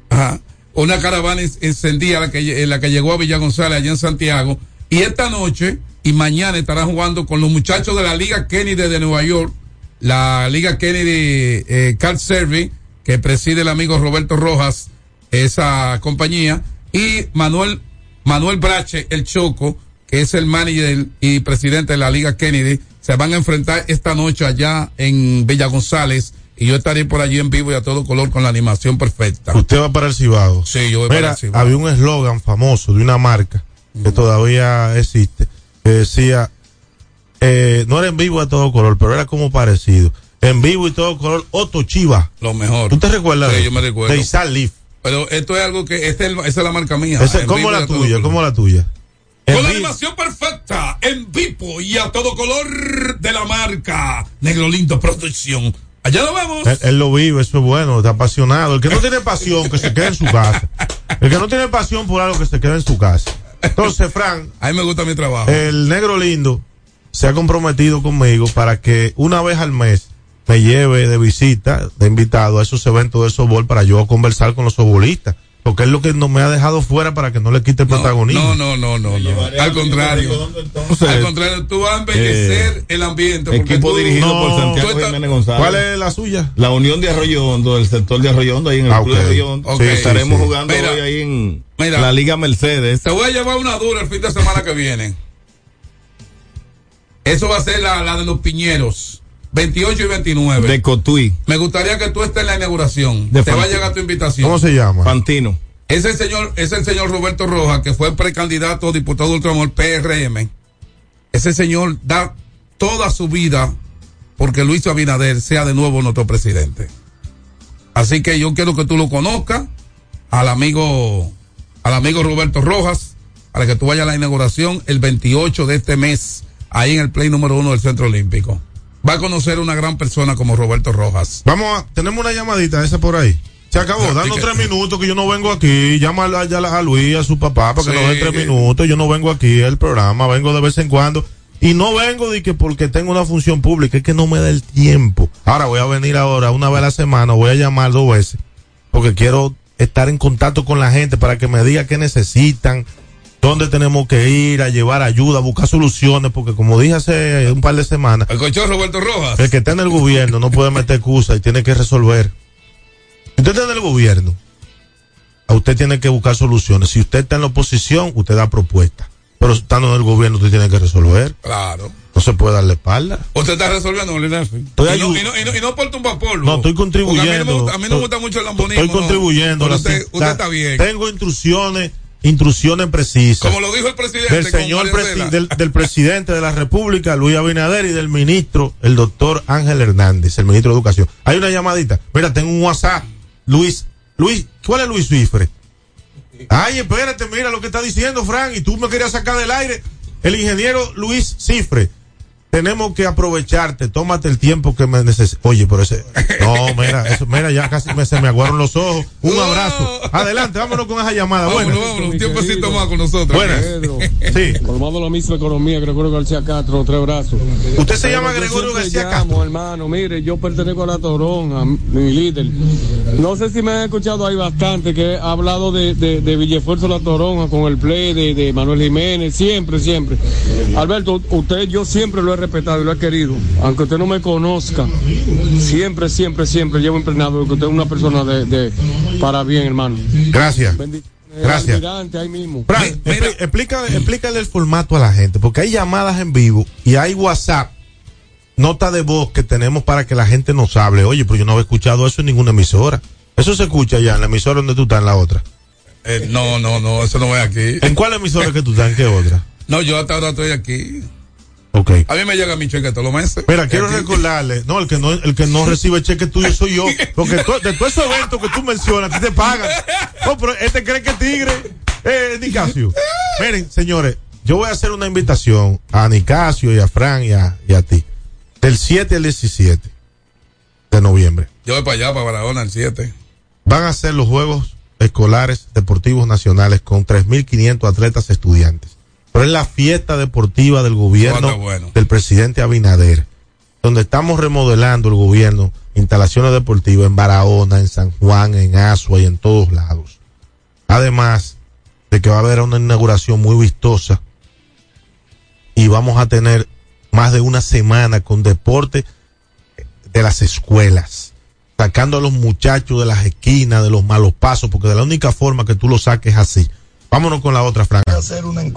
Ajá. Una caravana en- encendida la que, en la que llegó a Villa González allá en Santiago. Y esta noche y mañana estarán jugando con los muchachos de la Liga Kennedy de Nueva York, la Liga Kennedy eh, Card Service, que preside el amigo Roberto Rojas, esa compañía, y Manuel, Manuel Brache, el Choco, que es el manager y presidente de la Liga Kennedy, se van a enfrentar esta noche allá en Villa González y yo estaré por allí en vivo y a todo color con la animación perfecta.
Usted va para el Cibao.
Sí, yo voy
Mira,
para el Cibao.
Había un eslogan famoso de una marca que todavía existe, que decía, eh, no era en vivo y a todo color, pero era como parecido. En vivo y todo color, Otto Chiva.
Lo mejor.
¿Tú te recuerdas?
Sí,
de-
yo me recuerdo.
De Isaac Leaf.
Pero esto es algo que este es el- esa es la marca mía.
Ese-
En
¿Cómo
vivo y a
la
todo
tuya?
color.
¿Cómo la tuya? En
Con la
vivo.
animación perfecta, en vivo y a todo color de la marca Negro Lindo Producción. Allá nos vemos.
Él, él lo vive, eso es bueno, está apasionado. El que no tiene pasión, que se quede en su casa. El que no tiene pasión por algo, que se quede en su casa. Entonces, Fran.
A mí me gusta mi trabajo.
El negro lindo se ha comprometido conmigo para que una vez al mes me lleve de visita, de invitado a esos eventos de softball para yo conversar con los sobolistas. Porque es lo que no me ha dejado fuera para que no le quite el protagonismo.
No, no, no, no, no. Al contrario. Al contrario, tú vas a embellecer
Eh,
el ambiente. porque
Equipo
tú-
dirigido
No,
por Santiago
tú estás-
Jiménez González.
¿Cuál es la suya?
La unión de Arroyo Hondo, el sector de Arroyo Hondo, ahí en el
Ah,
club de
ok.
Arroyo Hondo.
Ok.
que estaremos
Sí, sí.
jugando
Mira.
hoy ahí en
Mira.
la Liga Mercedes.
Te voy a llevar una dura el fin de semana que viene. Eso va a ser la, la de los piñeros. 28 y 29.
De Cotuí.
Me gustaría que tú estés en la inauguración.
De
Te va a
Fant-
llegar tu invitación.
¿Cómo se llama?
Fantino.
Es el señor, es el señor Roberto Rojas, que fue precandidato a diputado de Ultramar PRM. Ese señor da toda su vida porque Luis Abinader sea de nuevo nuestro presidente. Así que yo quiero que tú lo conozcas, al amigo, al amigo Roberto Rojas, para que tú vayas a la inauguración el 28 de este mes, ahí en el play número uno del Centro Olímpico. Va a conocer una gran persona como Roberto Rojas.
Vamos a, tenemos una llamadita esa por ahí. Se acabó,
Así
dando
que-
tres minutos que yo no vengo aquí. Llama a, ya la- a Luis, a su papá, para que
Sí.
nos dé tres minutos. Yo no vengo aquí al programa, vengo de vez en cuando. Y no vengo de que porque tengo una función pública, es que no me da el tiempo. Ahora voy a venir ahora, una vez a la semana, voy a llamar dos veces, porque quiero estar en contacto con la gente para que me diga qué necesitan, dónde tenemos que ir, a llevar ayuda, a buscar soluciones, porque como dije hace un par de semanas,
El cochón Roberto Rojas.
el que está en el gobierno no puede meter excusa y tiene que resolver. Si usted está en el gobierno, a usted tiene que buscar soluciones. Si usted está en la oposición, usted da propuestas. Pero estando en el gobierno, usted tiene que resolver.
Claro.
No se puede darle espalda.
Usted está resolviendo, Leonel.
Estoy
y, no,
ayu-
y, no, y, no, y no por tumbapolvo.
No, estoy
Porque A mí no me
contribuyendo.
gusta, a mí no me gusta mucho el lambonismo.
Estoy contribuyendo.
No. Pero
la
Usted,
cita-
usted está bien.
Tengo instrucciones, instrucciones precisas.
Como lo dijo el presidente.
del
con
señor
Mario
presi-
Cela.
del, ah, del presidente de la República, Luis Abinader, y del ministro, el doctor Ángel Hernández, el ministro de Educación. Hay una llamadita. Mira, tengo un WhatsApp. Luis, Luis, ¿cuál es Luis Cifre? Ay, espérate, mira lo que está diciendo, Fran, y tú me querías sacar del aire. El ingeniero Luis Cifre. Tenemos que aprovecharte, tómate el tiempo que me necesitas. Oye, pero ese. No, mira, eso, mira, ya casi me- se me aguaron los ojos. Un
No.
abrazo. Adelante, vámonos con esa llamada.
Vámonos,
Buenas.
vámonos, un tiempecito más con nosotros.
Buenas. Sí.
Formado la misma economía, Gregorio García Castro, tres brazos.
Usted se
Pero
llama
yo
Gregorio
siempre
García
llamo,
Castro.
hermano, mire, yo pertenezco a la Torón, a mi- mi líder. No sé si me han escuchado ahí bastante, que he hablado de, de, de Villefuerzo La Toronja con el play de, de Manuel Jiménez, siempre, siempre. Alberto, usted yo siempre lo he respetado y lo he querido, aunque usted no me conozca, siempre, siempre, siempre llevo impregnado que usted es una persona de, de- para bien, hermano.
Gracias.
Eh,
Gracias.
almirante, ahí mismo.
Fran, expli- explica- explícale el formato a la gente, porque hay llamadas en vivo y hay WhatsApp, nota de voz que tenemos para que la gente nos hable. Oye, pero yo no había escuchado eso en ninguna emisora. Eso se escucha ya en la emisora donde tú estás, en la otra.
Eh, no, no, no, eso no es aquí.
¿En cuál emisora que tú estás? ¿En qué otra?
No, yo hasta ahora estoy aquí.
Ok.
A mí me llega mi cheque todos los meses.
Mira, quiero
Aquí.
recordarle, no, el que no, el que no recibe cheque tuyo soy yo, porque to- de todos esos eventos que tú mencionas, a ti te pagan. No, pero este cree que es tigre, eh, Nicasio. Miren, señores, yo voy a hacer una invitación a Nicasio y a Fran y a, y a ti, del 7 al 17 de noviembre.
Yo voy para allá, para Barahona, el 7.
Van a ser los Juegos Escolares Deportivos Nacionales con 3.500 atletas estudiantes. Pero es la fiesta deportiva del gobierno
Cuánto bueno.
del presidente Abinader, donde estamos remodelando el gobierno, instalaciones deportivas en Barahona, en San Juan, en Asua y en todos lados. Además de que va a haber una inauguración muy vistosa y vamos a tener más de una semana con deporte de las escuelas, sacando a los muchachos de las esquinas, de los malos pasos, porque de la única forma que tú lo saques es así. Vámonos con la otra, Franca.